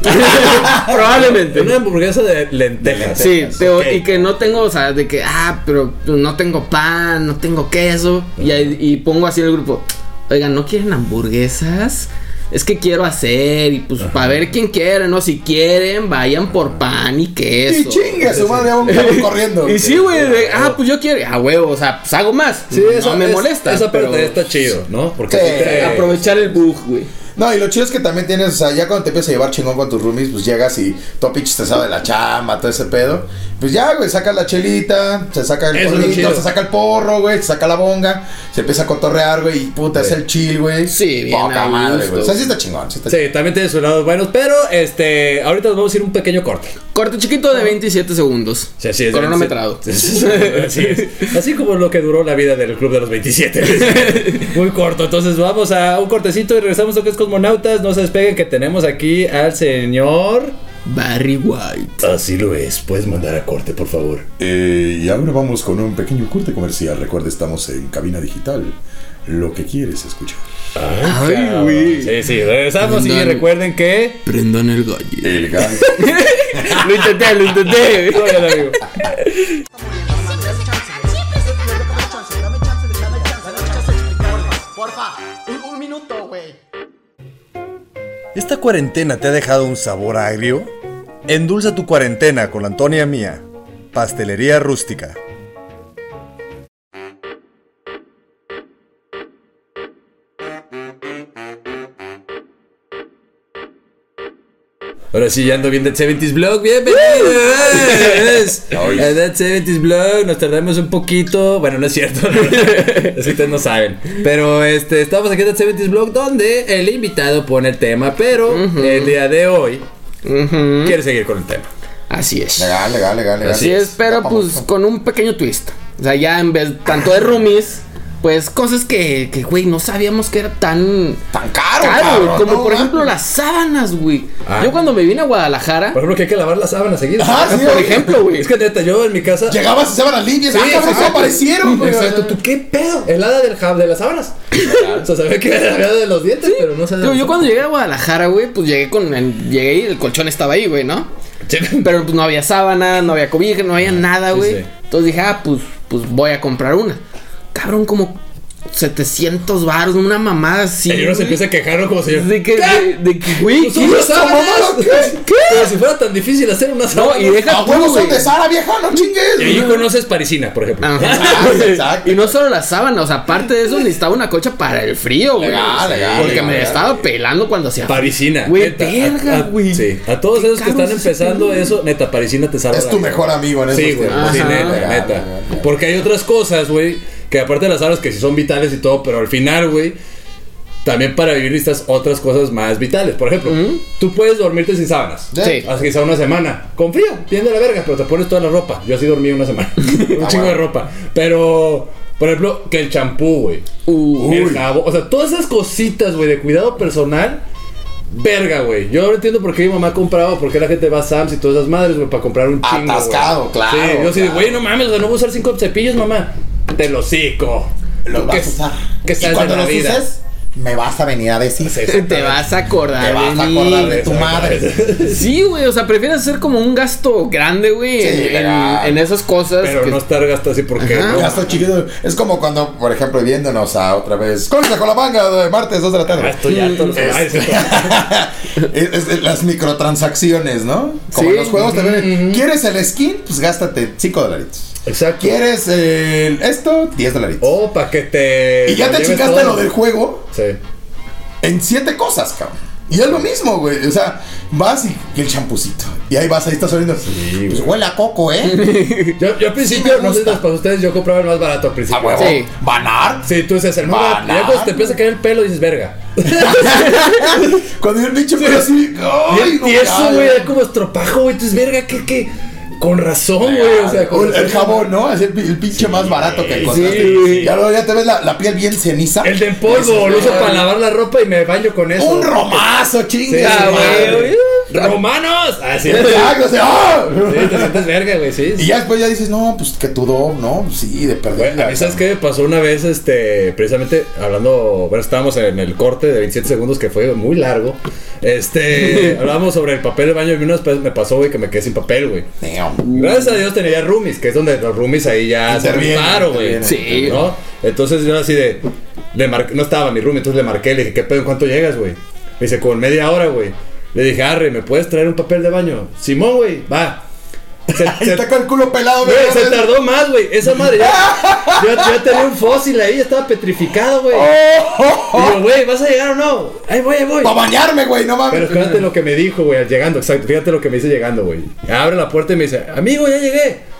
Probablemente. Una hamburguesa de lentejas. Sí, te- ok. y que no tengo, o sea, de que, ah, pero no tengo pan, no tengo queso. Y, ahí- y pongo así en el grupo, oigan, ¿no quieren hamburguesas? Es que quiero hacer, y pues para ver quién quiere, ¿no? Si quieren, vayan por pan y queso. Y chingue, su (laughs) madre, vamos vamos corriendo. Y sí, güey, de, ah, pues yo quiero, ah, huevo, o sea, pues hago más. Sí, no esa, me es- molesta. Esa parte pero está chido, ¿no? Porque Sí, sí te- Aprovechar el bug, güey. No, y lo chido es que también tienes, o sea, ya cuando te empiezas a llevar chingón con tus roomies, pues llegas y Topich te sabe de la chamba, todo ese pedo. Pues ya, güey, saca la chelita, se saca el Eso es lo porrito, chido. se saca el porro, güey, se saca la bonga, se empieza a cotorrear, güey, y puta, es el chill, güey. Sí, bien Poca a madre, gusto. güey. O sea, sí está chingón, sí está Sí, también tiene sus lados buenos, pero este, ahorita nos vamos a ir un pequeño corte. Corte chiquito de 27 segundos. Sí, así es. Cronometrado. Sí, (laughs) sí, sí, así es. Así como lo que duró la vida del Club de los (laughs) 27. Muy corto. Entonces vamos a un cortecito y regresamos a lo que es Cosmonautas. No se despeguen que tenemos aquí al señor... Barry White. Así lo es. Puedes mandar a corte, por favor. Eh, y ahora vamos con un pequeño corte comercial. Recuerda, estamos en cabina digital. Lo que quieres escuchar. Ay, güey. Ah, Sí, sí. Regresamos y Mandan- recuerden que... Prendan el gallo. El gan- Lo intenté, lo intenté. Oigan, amigo. ¿Esta cuarentena te ha dejado un sabor agrio? Endulza tu cuarentena con la Antonia Mía, Pastelería Rústica. Ahora sí, ya ando bien Dead 70s Blog. Bienvenidos a Dead 70s Blog. Nos tardamos un poquito. Bueno, no es cierto. ¿no? Es que ustedes no saben. Pero este, estamos aquí en Dead 70s Blog donde el invitado pone el tema. Pero el día de hoy Ujú. quiere seguir con el tema. Así es. Legal, legal, legal, legal. Así es, pero pues con un pequeño twist. O sea, ya en vez tanto de roomies, pues cosas que, que, güey, no sabíamos que era tan Tan caro, caro. cabrón, como no ah. por mames. ejemplo las sábanas, güey. Ah. Yo cuando me vine a Guadalajara, Por ejemplo, que hay que lavar la sábana seguido. Ah, sí, por güey. ejemplo, güey. Es que neta, yo en mi casa. Llegabas y estaban las líneas. Sí, ah, cabrón, exacto. aparecieron, güey. Exacto, ¿tú qué pedo? El hada del jab de las sábanas. o sea, sabía que era el hada de los dientes, pero no sabía. Digo, yo cuando llegué a Guadalajara, güey, pues llegué con el- llegué y el colchón estaba ahí, güey, ¿no? Pero pues no había sábana, no había cobija, no había nada, sí, güey. sí. Entonces dije, ah, pues, pues voy a comprar una. Cabrón, como 700 baros, una mamada así. Y uno se güey. empieza a quejar ¿no? como señor. de que, de, de que, güey, Pues son unas sábanas. ¿Qué? Pero si fuera tan difícil hacer una sábana. No, y deja A tú, huevos son güey. de Sara, vieja, no chingues. Y ahí conoces parisina, por ejemplo. (laughs) Ajá. exacto. Y no solo la sábana, o sea, aparte de eso necesitaba una cocha para el frío, güey. Legal, legal, Porque legal, me legal. estaba pelando cuando hacía frío. Parisina. Güey, neta, a- verga, a- güey. Sí. A todos Qué esos que caro están es ese empezando pedo. eso, neta, parisina te salva. Es la tu vida. mejor amigo en esos Sí, güey. tiempos. sí, Ajá. neta, Legal, neta. legal, legal. Porque hay otras cosas, güey, que aparte de las alas que sí son vitales y todo, pero al final, güey. También para vivir estas otras cosas más vitales. Por ejemplo, tú puedes dormirte sin sábanas. Sí. Hace quizá una semana. Con frío, tiende la verga, pero te pones toda la ropa. Yo así dormí una semana. (laughs) Ah, Un chingo de ropa. Pero, por ejemplo, que el champú, güey. Uh, El jabón. O sea, todas esas cositas, güey, de cuidado personal. Verga, güey. Yo ahora entiendo por qué mi mamá compraba, por qué la gente va a Sam's y todas esas madres, güey, para comprar un chingo. güey. Atascado, claro, Sí, yo sí, claro. güey, no mames, o sea, no voy a usar cinco cepillos, mamá. Te lo cico. Lo vas a usar. Que y sabes de cuando la los vida. uses, me vas a venir a decir. te vas a acordar Te vas de a mí. acordar de (laughs) tu madre. Sí, güey, o sea, prefieres hacer como un gasto grande, güey, Sí, en- en, legal. en esas cosas. Pero que- no estar gastado así porque. Ajá. ¿no? Gasto chiquito. Es como cuando, por ejemplo, viéndonos a otra vez. Corta con la manga de martes, 2 de la tarde. Gasto ya todos los- ah, Ay, (laughs) sí. (laughs) Es- es de las microtransacciones, ¿no? Como Sí. en los juegos te venden. ¿Quieres el skin? Pues gástate 5 dolaritos. Exacto. ¿Quieres el- esto? 10 dolaritos. O para que te. y ya te lleves chingaste todo. lo del juego Sí. en 7 cosas, cabrón. Y es lo mismo, güey. O sea, vas y, y el champucito. Y ahí vas, ahí estás oliendo. pues huele a coco, (laughs) ¿eh? Yo, yo al principio, Sí me no sé si gusta. les pasó a ustedes, yo compraba el más barato al principio. a huevo. Sí. Banar. Sí, tú dices, el más barato. Y ya cuando te empieza a caer el pelo, dices, verga. Cuando yo el pinche pero así. ¡Ay, no, Y eso, ya, güey, ya. era como estropajo, güey. Tú es verga, ¿qué, qué? Con razón, güey. O sea, con El, el jabón, ¿no? Es el, pi- el pinche más barato que encontraste. sí. Ya luego ya te ves la, la piel bien ceniza. El de en polvo, lo uso para lavar la ropa y me baño con eso. Un (laughs) romazo, Sí, chinga. sí, su madre. güey, güey. ¡Romanos! (laughs) Así es. Exacto, o sea, ¡ah! Sí, te sientes verga, güey, sí. Y ya después ya dices, no, pues que tu dom, ¿no? Sí, de Güey, perder. a mí, ¿sabes qué me pasó una vez? Este, precisamente hablando, bueno, estábamos en el corte de 27 segundos que fue muy largo. (laughs) Este, hablábamos sobre el papel de baño y una vez me pasó, güey, que me quedé sin papel, güey. Damn. Gracias a Dios tenía ya roomies, que es donde los roomies ahí ya se Intervienen, rifaron, güey. intervienen. Sí. ¿No? Entonces yo así de. Le mar- no estaba mi roomie, entonces le marqué, le dije, ¿qué pedo en cuánto llegas, güey? Me dice, con media hora, güey. Le dije, arre, ¿me puedes traer un papel de baño? Simón, güey, va. Se, (laughs) Ahí se- está con el culo (laughs) pelado, güey, se güey. tardó más, güey. Esa madre ya, ya, ya tenía un fósil ahí, estaba petrificado, güey. Oh. Oh, Digo, güey, ¿vas a llegar o no? Ahí voy, ahí voy. (laughs) Para bañarme, güey, no Pero mames. espérate lo que me dijo, güey, llegando, exacto. Fíjate lo que me dice llegando, güey. Abre la puerta y me dice, amigo, ya llegué.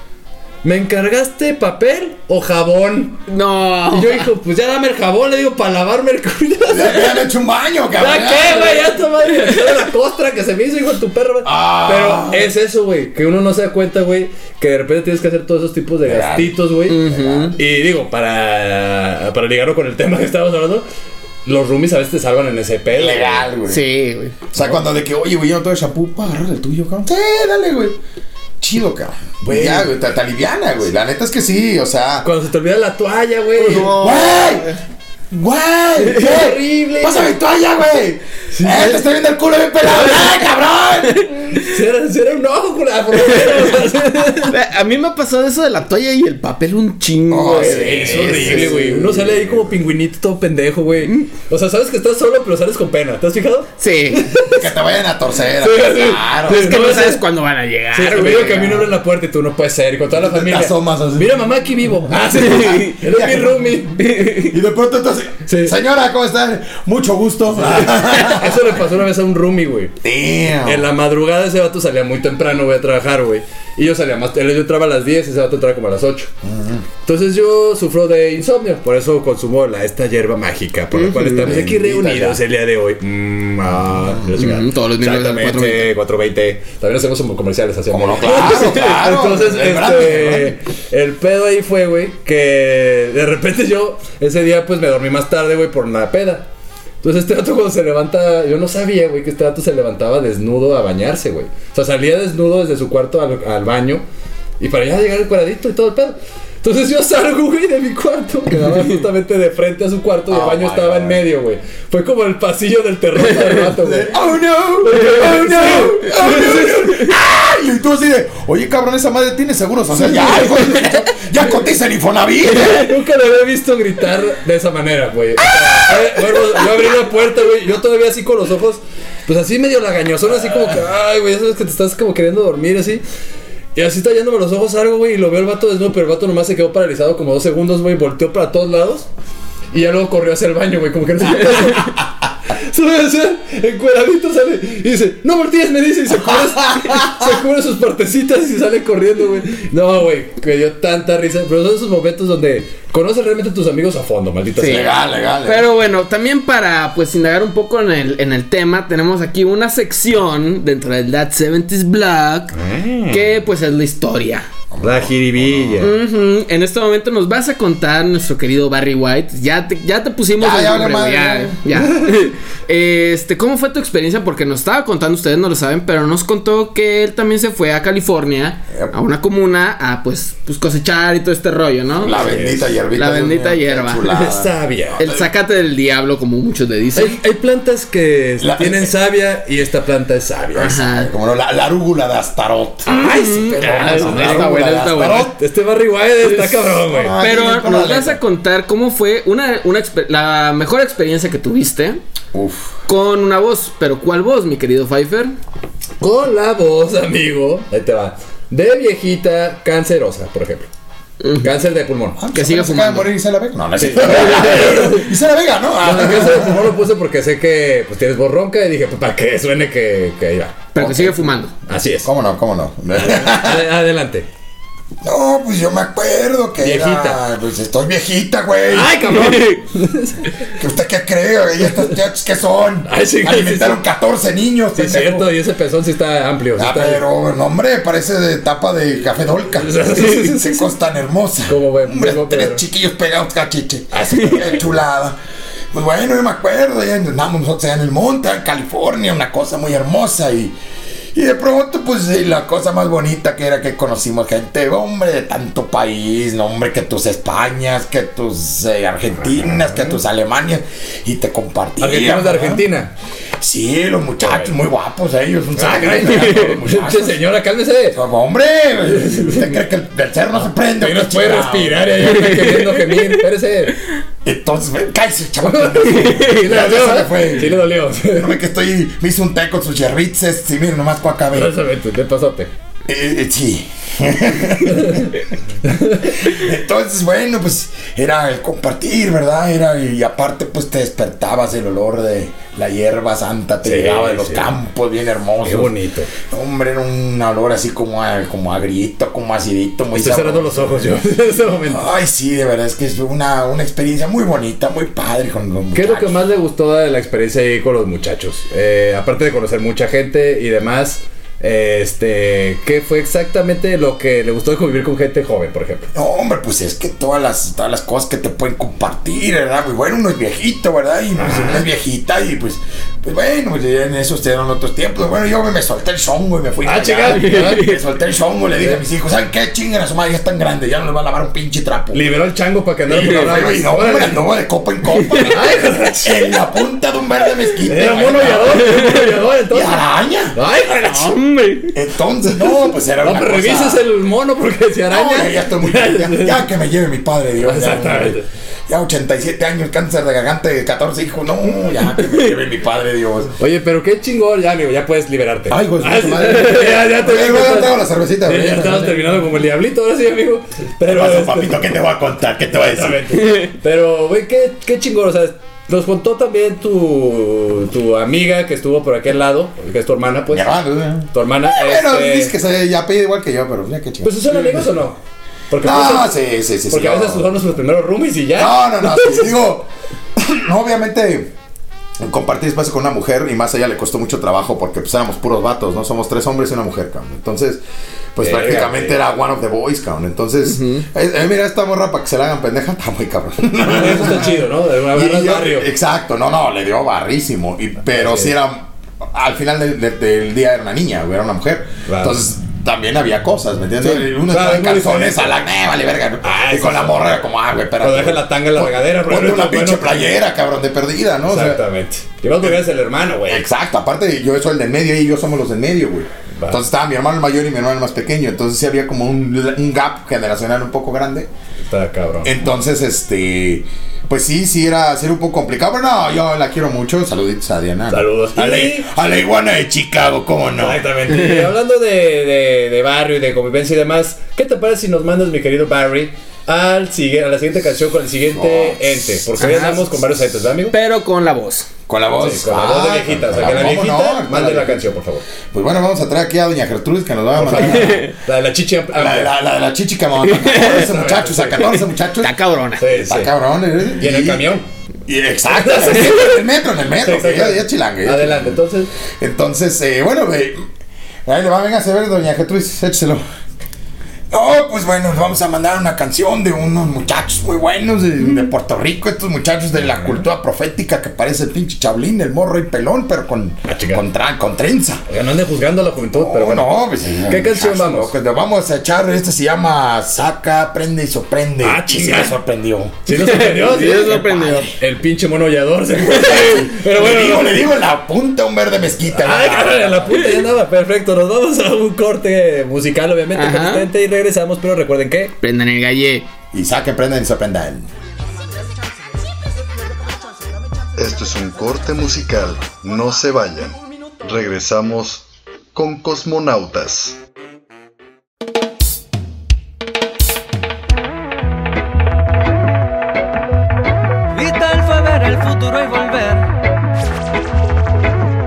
¿Me encargaste papel o jabón? No. Y yo dijo, pues ya dame el jabón, le digo, para lavarme el culo. (laughs) Le habían hecho un baño, cabrón. ¿Ya qué, güey? Ya esta madre me salió la costra que se me hizo, hijo de tu perro. güey. Ah. Pero es eso, güey. Que uno no se da cuenta, güey. Que de repente tienes que hacer todos esos tipos de Claro. gastitos, güey. Y digo, para, para ligarlo con el tema que estábamos hablando, los roomies a veces te salvan en ese pedo. güey. Legal, güey. Sí, güey. O sea, cuando de que, oye, güey, yo no tengo shampoo, para agarrar el tuyo, cabrón. Sí, dale, güey. Chido, cabrón. Güey, ya, güey, te, te aliviana, güey. La neta es que sí, o sea. Cuando se te olvida la toalla, güey. Pues, ¡Güey! ¡Güey! Es ¿Qué? horrible. ¡Pásame mi toalla, güey! ¡Eh, te estoy viendo el culo bien pelado! ¡Eh, cabrón! (laughs) Cierra, cierra un ojo, culada, por (laughs) favor. A mí me ha pasado eso de la toalla y el papel un chingo. Oh, güey. sí. Es horrible, güey. Uno sale ahí como pingüinito todo pendejo, güey. O sea, sabes que estás solo, pero sales con pena. ¿Te has fijado? Sí. (laughs) Que te vayan a torcer. Sí, a sí. pesar, Sí, o Es que No, no ese- sabes cuándo van a llegar. Sí, güey. amigo que a mí no abren la puerta y tú no puedes ser. Y con toda la Te familia. asomas así. Mira, mamá, aquí vivo. Ah, (laughs) sí. Eres mi roomie. (laughs) Y de pronto entonces, Sí. señora, ¿cómo está? Mucho (laughs) gusto. Eso le pasó una vez a un roomie, güey. Damn. En la madrugada ese vato salía muy temprano, güey, a trabajar, güey. Y yo salía más, él yo entraba a las 10, ese vato entraba como a las 8. Mm. Entonces yo sufro de insomnio, por eso consumo la, esta hierba mágica, por la cual estamos aquí Bendita reunidos ya. el día de hoy. Mm, ah, la chingada. Mm, todos los miércoles a las Exactamente, 4.20. También hacemos como comerciales así. Como no, amigo. claro, claro. (laughs) Entonces, El este, branding, el branding. el pedo ahí fue, güey, que de repente yo ese día pues me dormí más tarde, güey, por la peda. Entonces este dato cuando se levanta, yo no sabía, güey, que este dato se levantaba desnudo a bañarse, güey. O sea, salía desnudo desde su cuarto al, al baño y para allá llegar el cuadradito y todo el pedo. Entonces yo salgo, güey, de mi cuarto, que (laughs) daba justamente de frente a su cuarto y el Oh baño my estaba en God. medio, güey. Fue como el pasillo del terror del rato, güey. (laughs) ¡Oh, no! ¡Oh, no! ¡Oh, no! ¡Ah! Y tú así de, oye, cabrón, esa madre tiene seguros. O sea, ya, hijo de- ya, ya cotiza el Infonavit. (laughs) Nunca le había visto gritar de esa manera, güey. O sea, eh, bueno, yo abrí la puerta, güey. Yo todavía así con los ojos, pues así medio lagañosón, así como que, ay, güey, ya sabes que te estás como queriendo dormir, así. Y así tallándome los ojos algo, güey, y lo veo el vato desnudo, pero el vato nomás se quedó paralizado como dos segundos, güey, volteó para todos lados. Y ya luego corrió hacia el baño, güey, como que no se (laughs) Solo hacer encueradito sale y dice, no voltees, me dice, y se (laughs) cubre, se cubre sus partecitas y sale corriendo, güey. No, güey, me dio tanta risa. Pero son esos momentos donde conoces realmente a tus amigos a fondo, maldita Sí. sea. Legal, legal. Pero bueno, también para pues indagar un poco en el, en el tema, tenemos aquí una sección dentro del That 70s Black Ah. que pues es la historia. La jiribilla. Ujú, En este momento nos vas a contar nuestro querido Barry White. Ya te, ya te pusimos Ya, el ya nombre, vale madre, ya, (laughs) ya. Este, ¿cómo fue tu experiencia? Porque nos estaba contando, ustedes no lo saben, pero nos contó que él también se fue a California, Yep. a una comuna, a pues, pues cosechar y todo este rollo, ¿no? La bendita hierbita. La bendita Dios mío, qué hierba. chulada. Este, Sabia. el zacate del diablo, como muchos le dicen. Hay, hay plantas que La- eh. tienen savia y esta planta es savia. Ajá. Como no, la, la arúgula de Astaroth. Ay, sí, pero- Ah, no, está no, bueno, no, está no, bueno. no. Este Barry White está cabrón, güey. Ah, Pero sí, con nos la vas letra. a contar cómo fue una, una exper- la mejor experiencia que tuviste Uf. con una voz. Pero ¿cuál voz, mi querido Pfeiffer? Con la voz, amigo. Ahí te va. De viejita cancerosa, por ejemplo. Cáncer de pulmón. Ah, Que pues, siga apenas acaba de fumando. morir Isela Vega. No, no es cierto. (laughs) Isela Vega, ¿no? Ah, Lo de cáncer de pulmón lo puse porque sé que pues, tienes voz ronca y dije, pues, para que suene que, que ahí va. Pero que sigue fumando. Así es. ¿Cómo no? (laughs) ¿Cómo no? Ad- adelante. No, pues yo me acuerdo que Viejita. era... Pues estoy viejita, güey. ¡Ay, cabrón! ¿Que ¿Usted qué cree, güey? ¿Estos chats qué son? Ay, sí, Alimentaron 14 niños. Sí, es pendejo. cierto, y ese pezón sí está amplio. sí Ah, está- pero, no, hombre, parece de tapa de café dolca. Qué cosa tan hermosa. Como ve- Hombre, como tres Pedro. chiquillos pegados cachiche. Ah, Así qué chulada. Pues bueno, yo me acuerdo, ya andamos nosotros allá en el monte, en California, una cosa muy hermosa y. Y de pronto, pues eh, la cosa más bonita que era que conocimos gente, hombre, de tanto país, no, hombre, que tus Españas, que tus eh, Argentinas, que tus Alemanias, y te compartíamos. Argentinos de ¿verdad? Argentina. Sí, los muchachos, muy guapos ellos, un Ah, Este sangre. caray. (laughs) los muchachos. Che, señora, cálmese. Hombre, ¿usted cree que el, el cerro no se prende? Ahí o qué nos puede chingado? respirar y ahí anda queriendo gemir. (laughs) Espérese. Entonces, ve, cállese, chaval. (laughs) Sí le Ya, ya se me dolió. fue. Sí le dolió. (laughs) No ve que estoy, me hice un té con sus yerritzes. Sí, miren, nomás cuaca, ve. Exactamente, te pasote. Eh, eh, sí. (laughs) Entonces, bueno, pues era el compartir, ¿verdad? Era y aparte pues te despertabas el olor de la hierba santa, te Sí, llegaba de los sí. campos bien hermosos. Qué bonito. Hombre, era un olor así como a, como a grito, como acidito, muy Estoy cerrando los ojos yo (laughs) en este momento. Ay, sí, de verdad es que es una, una experiencia muy bonita, muy padre con los ¿Qué es lo que muchachos. más le gustó de la experiencia ahí con los muchachos? Eh, aparte de conocer mucha gente y demás, eh, este, ¿qué fue exactamente lo que le gustó de convivir con gente joven, por ejemplo? No, hombre, pues es que todas las, todas las cosas que te pueden compartir, ¿verdad? Pues bueno, uno es viejito, ¿verdad? Y pues, uno es viejita y pues, pues bueno, pues ya en esos eran otros tiempos. Bueno, yo me, me solté el chongo y me fui. Ah, para allá, chinga. ¿verdad? Me solté el chongo, le (laughs) dije a mis hijos, ¿saben qué? Chingan a su madre, ya están grandes, ya no les va a lavar un pinche trapo. Liberó el chango para que andara por Pero, la y no, Órale. hombre, andaba de copa en (laughs) copa. en la punta de un verde mezquite. Era mono y ¿verdad? ador, mono y ador, Y entonces. araña. Ay, relación. Hombre. Entonces, no, pues era No, una pero cosa- revisas el mono porque se No, araña. ya, ya estoy muy ya, ya que me lleve mi padre Dios. Ya, Exactamente. ya 87 años, cáncer de garganta de 14 hijos. No, ya que me lleve mi padre Dios. Oye, pero qué chingón. Ya, amigo, ya puedes liberarte. Ay, güey, Ah, tu sí. madre. (laughs) Ya, ya te Oye, digo, güey, estás- tengo la cervecita, Sí, güey. Ya estabas terminando como el diablito, ahora sí, amigo. Pero. este, papito? ¿Qué te voy a contar? ¿Qué te voy a Exactamente. Pero, güey, qué, qué chingón. O sea, nos contó también tu, tu amiga que estuvo por aquel lado, que es tu hermana, pues. Ya va, ¿no? Tu hermana. Ah, Bueno, este, dices que se ya pide igual que yo, pero mira qué chido. Pues, ¿son amigos o no? Porque, no, pues, sí, sí, sí. porque sí, a veces no. son nuestros primeros roomies y ya. No, no, no. sí, digo, obviamente compartir espacio con una mujer y más allá le costó mucho trabajo porque pues éramos puros vatos, ¿no? Somos tres hombres y una mujer, cabrón. Entonces, pues Verga, prácticamente güey. era one of the boys, cabrón. Entonces, eh, eh, mira, esta morra para que se la hagan pendeja está muy cabrón. (laughs) Eso está chido, ¿no? De una Y verdad, yo- barrio. Exacto, no, no, le dio barrísimo. Y, pero si era. Al final del, del- del día era una niña, güey, era una mujer. Claro. Entonces también había cosas, ¿me entiendes? Sí, claro, Uno estaba es en muy calzones diferente. a la. ¡Eh, vale, verga! ¿no? Ah, y eso con la sí. morra era como, ah, güey, espérate. Cuando deja la tanga en la Pon- regadera, pero Ponte no una está pinche bueno. playera, cabrón, de perdida, ¿no? O sea, Exactamente. Y luego eres el hermano, güey. Exacto, aparte yo soy el del medio y yo somos los del medio, güey. Va. Entonces estaba mi hermano el mayor y mi hermano el más pequeño. Entonces sí había como un, un gap generacional un poco grande. Está cabrón. Entonces, este. Pues sí, sí era, sí era un poco complicado, pero no, yo la quiero mucho. Saluditos a Diana. Saludos. A la, Y- a la iguana de Chicago, ¿cómo no? Exactamente. (laughs) Y hablando de, de- de barrio y de convivencia y demás, ¿qué te parece si nos mandas, mi querido Barry, al sigue- a la siguiente canción con el siguiente Oh. ente? Porque hoy Ah. andamos con varios entes, ¿verdad, amigo? Pero con la voz. Con la voz. Sí, con la voz de Ah, viejita. O con sea, que la ¿cómo no? viejita mande Con la viejita. canción, por favor. Pues bueno, vamos a traer aquí a Doña Gertrudis que nos va a mandar. (laughs) La de la chichi amplia. La, la, la, la chichi que mandó (laughs) a 14 muchachos, a 14 muchachos. Está cabrona. Sí, sí. Está cabrón, ¿eh? Y en el camión. Y- exacto, en el metro, en el metro, en el metro. Sí, que ya, exacto. ya chilanga. ya Adelante, chilanga. entonces. Entonces, eh, bueno, güey. Ahí le va, venga a ver, doña Gertrudis, écheselo. No, pues bueno, vamos a mandar una canción de unos muchachos muy buenos de, Mm. de Puerto Rico, estos muchachos de la cultura profética que parece el pinche chablín, el morro y pelón, pero con, Ah, chica. con, tra- con trenza. Oiga, no anden juzgando a la juventud, pero Oh, bueno. no, pues, ¿Qué canción vamos? Pues, nos vamos a echar, esta se llama Saca, Prende y Sorprende. Ah, Y sí chinga. me sorprendió. Sí nos sorprendió, Sí, nos sorprendió. El pinche mono hollador se fue. Pero bueno. le digo, le digo, la punta un verde mezquita. Ay, ¿no? cabrón, a Ah, la puta ya andaba. Perfecto, nos vamos a un corte musical, obviamente, Ajá. consistente, y regresamos, pero recuerden que. Prendan el galle. Y saquen, prenden y sorprendan. Esto es un corte musical, no se vayan. Regresamos con Cosmonautas. Vital fue ver el futuro y volver.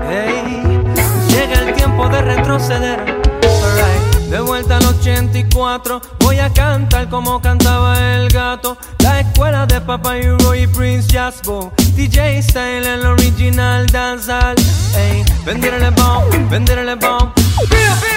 Ey, llega el tiempo de retroceder. Alright. De vuelta al 84, voy a cantar como cantaba el gato. La escuela de Papa Euro y Prince Jasbo. DJ Style, el original danzal. Ey, venderle bomb, venderle bomb.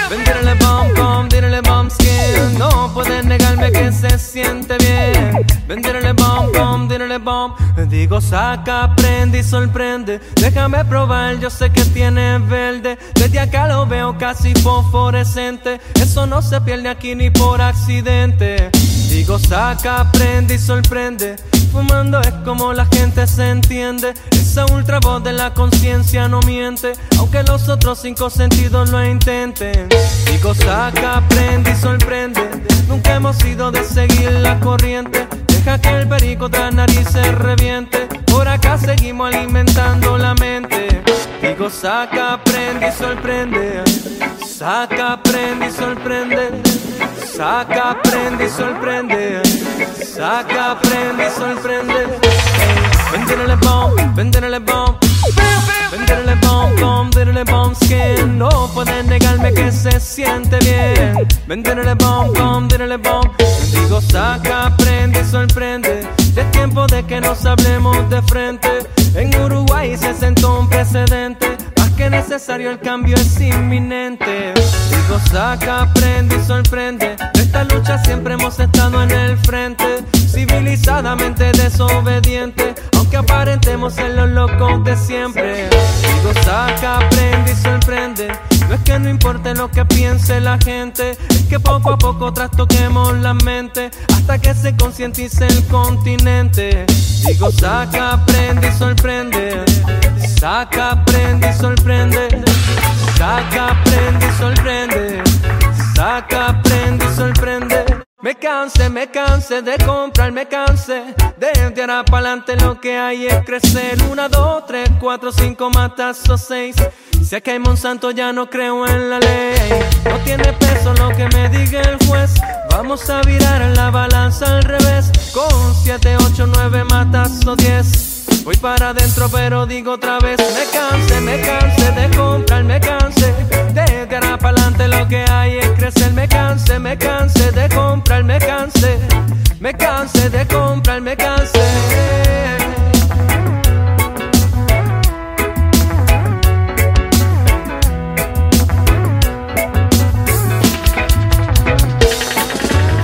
Venderle bomb, bomb, dírele bomb skin. No puedes negarme que se siente bien. Venderle bomb, bomb, dírele bomb. Digo, saca, prende y sorprende. Déjame probar, yo sé que tiene verde. Desde acá lo veo casi fosforescente. Eso no se pierde aquí ni por accidente. Digo, saca, prende y sorprende. Fumando es como la gente se entiende. Esa ultra voz de la conciencia no miente. Aunque los otros cinco sentidos lo intenten. Digo, saca, prende y sorprende. Nunca hemos sido de seguir la corriente. Deja que el perico tras nariz se reviente. Por acá seguimos alimentando la mente. Digo, saca, prende y sorprende. Saca, prende y sorprende. Saca, prende y sorprende. Saca, prende y sorprende. Venderle bomb, venderle bomb. Venderle bomb, bomb, venderle bomb skin. No pueden negarme que se siente bien. Venderle bomb, bomb, venderle bomb. Digo, saca, prende y sorprende. Es tiempo de que nos hablemos de frente. En Uruguay se sentó un precedente. Más que necesario el cambio es inminente. Digo, saca, prende y sorprende. De esta lucha siempre hemos estado en el frente. Civilizadamente desobediente. Aunque aparentemos ser los locos de siempre. Digo, saca, prende y sorprende. No es que no importe lo que piense la gente, es que poco a poco trastoquemos la mente hasta que se concientice el continente. Digo, saca, prende y sorprende. Saca, prende y sorprende. Saca, prende y sorprende. Saca, prende y sorprende. Me cansé, me cansé de comprar, me cansé De de ahora pa'lante lo que hay es crecer Una, dos, tres, cuatro, cinco, matazo, seis Si es que hay Monsanto ya no creo en la ley No tiene peso lo que me diga el juez Vamos a virar la balanza al revés Con siete, ocho, nueve, matazo, diez Voy para adentro pero digo otra vez Me cansé, me cansé de comprar, me cansé De ahora pa'lante lo que hay es crecer Me cansé, me cansé de comprar, me cansé Me cansé de comprar, me cansé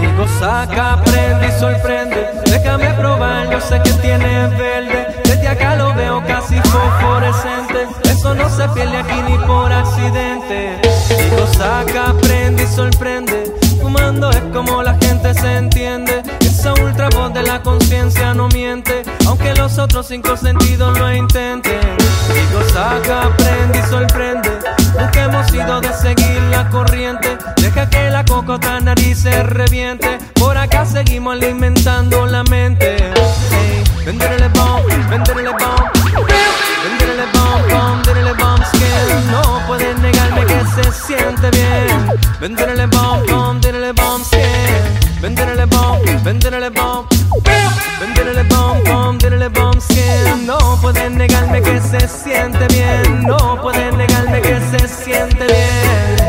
Digo, saca, prende y sorprende. Déjame probar, yo sé que tiene verde. Desde acá lo veo casi fosforescente. Eso no se pierde aquí ni por accidente. Digo, saca, prende y sorprende. Fumando es como la gente se entiende. Esa ultra voz de la conciencia no miente. Aunque los otros cinco sentidos lo intenten. Digo, saca, prende y sorprende. Nunca hemos ido de seguir la corriente. Deja que la cocota nariz se reviente. Por acá seguimos alimentando la mente. Ey, venderle bomb, venderle bomb. Venderle bomb, bomb, venderle bomb skin. No pueden negarme que se siente bien. Venderle bomb, bomb, venderle bomb skin. Venderle bomb, venderle bomb. Venderle bomb, bomb, venderle bomb skin. No pueden negarme que se siente bien. No pueden negarme que se siente bien.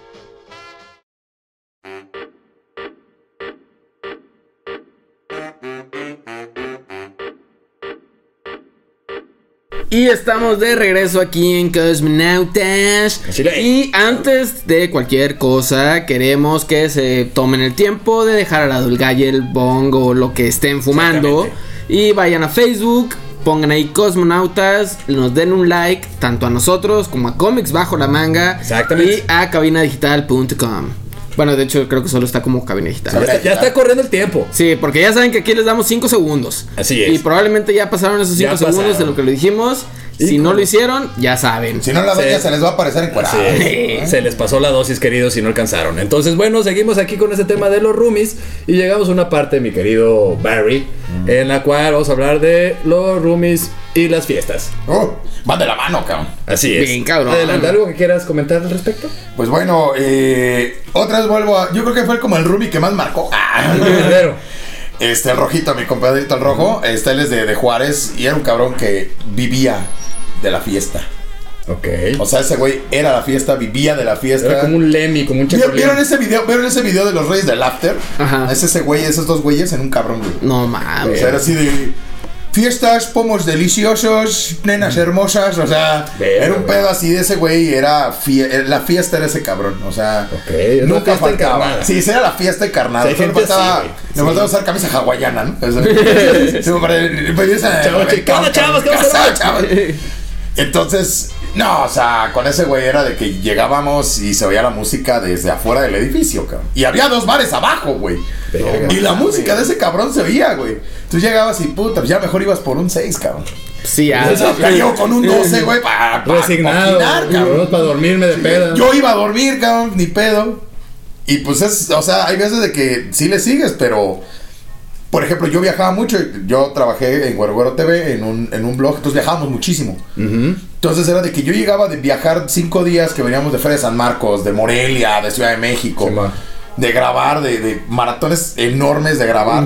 Y estamos de regreso aquí en Cosmonautas. Y antes de cualquier cosa, queremos que se tomen el tiempo de dejar al lado el galle, el bongo o lo que estén fumando. Y vayan a Facebook, pongan ahí Cosmonautas, nos den un like, tanto a nosotros como a Comics Bajo la Manga. Y a cabinadigital.com. Bueno, de hecho, creo que solo está como cabina digital. Ya está, ya está corriendo el tiempo. Sí, porque ya saben que aquí les damos 5 segundos. Así es. Y probablemente ya pasaron esos 5 Ya segundos de pasaron. lo que lo dijimos. Si no lo hicieron, ya saben. Si no la Sí. doña se les va a aparecer en Así (laughs) es. Se les pasó la dosis, queridos, y no alcanzaron. Entonces, bueno, seguimos aquí con este tema de los roomies. Y llegamos a una parte, mi querido Barry, en la cual vamos a hablar de los roomies y las fiestas. Oh, van de la mano, cabrón. Así es. Bien, cabrón. Adelante, ¿algo que quieras comentar al respecto? Pues bueno, eh, otra vez vuelvo a. Yo creo que fue como el Ruby que más marcó. Ah. Primero. (laughs) Este, el rojito, mi compadrito el rojo. Este, él es de, de Juárez y era un cabrón que vivía de la fiesta. Ok. O sea, ese güey era la fiesta, vivía de la fiesta. Era como un Lemmy, como un ¿Vieron- chacolín. ¿Vieron ese video? ¿Vieron ese video de los Reyes del After? Ajá. Es ese güey, esos dos güeyes en un cabrón, güey. No O mames. sea, era así Pues de. Fiestas, pomos deliciosos, nenas Mm. hermosas, o sea, Verga, era un güey. pedo así de ese güey, era fie- eh, la fiesta era ese cabrón, o sea, Ok, es una nunca fiesta faltaba. encarnada. Sí, era la fiesta encarnada. Sí, hay Solo gente faltaba- así, güey. me faltaba usar camisa hawaiana, ¿no? O sea, (laughs) (laughs) sí, pues, me pare- me parece- Chavos, me ¿qué onda, encanta, chavos? ¿Qué vamos a casado, hacer? chavos. (laughs) Entonces, No, o sea, con ese güey era de que llegábamos y se oía la música desde afuera del edificio, cabrón. Y había dos bares abajo, güey. Verga. Y la música de ese cabrón se oía, güey. Tú llegabas y puta, pues ya mejor ibas por un 6, cabrón. Sí, ya. Entonces, cayó con un 12, güey, para Ah, Resignado. Para dormirme de peda. Yo iba a dormir, cabrón, ni pedo. Y pues es, o sea, hay veces de que sí le sigues, pero. Por ejemplo, yo viajaba mucho. Yo trabajé en Guerguero TV en un, en un blog, entonces viajábamos muchísimo. Ujú. Entonces era de que yo llegaba de viajar cinco días que veníamos de Feria de San Marcos, de Morelia, de Ciudad de México, Simón. de grabar, de, de maratones enormes de grabar.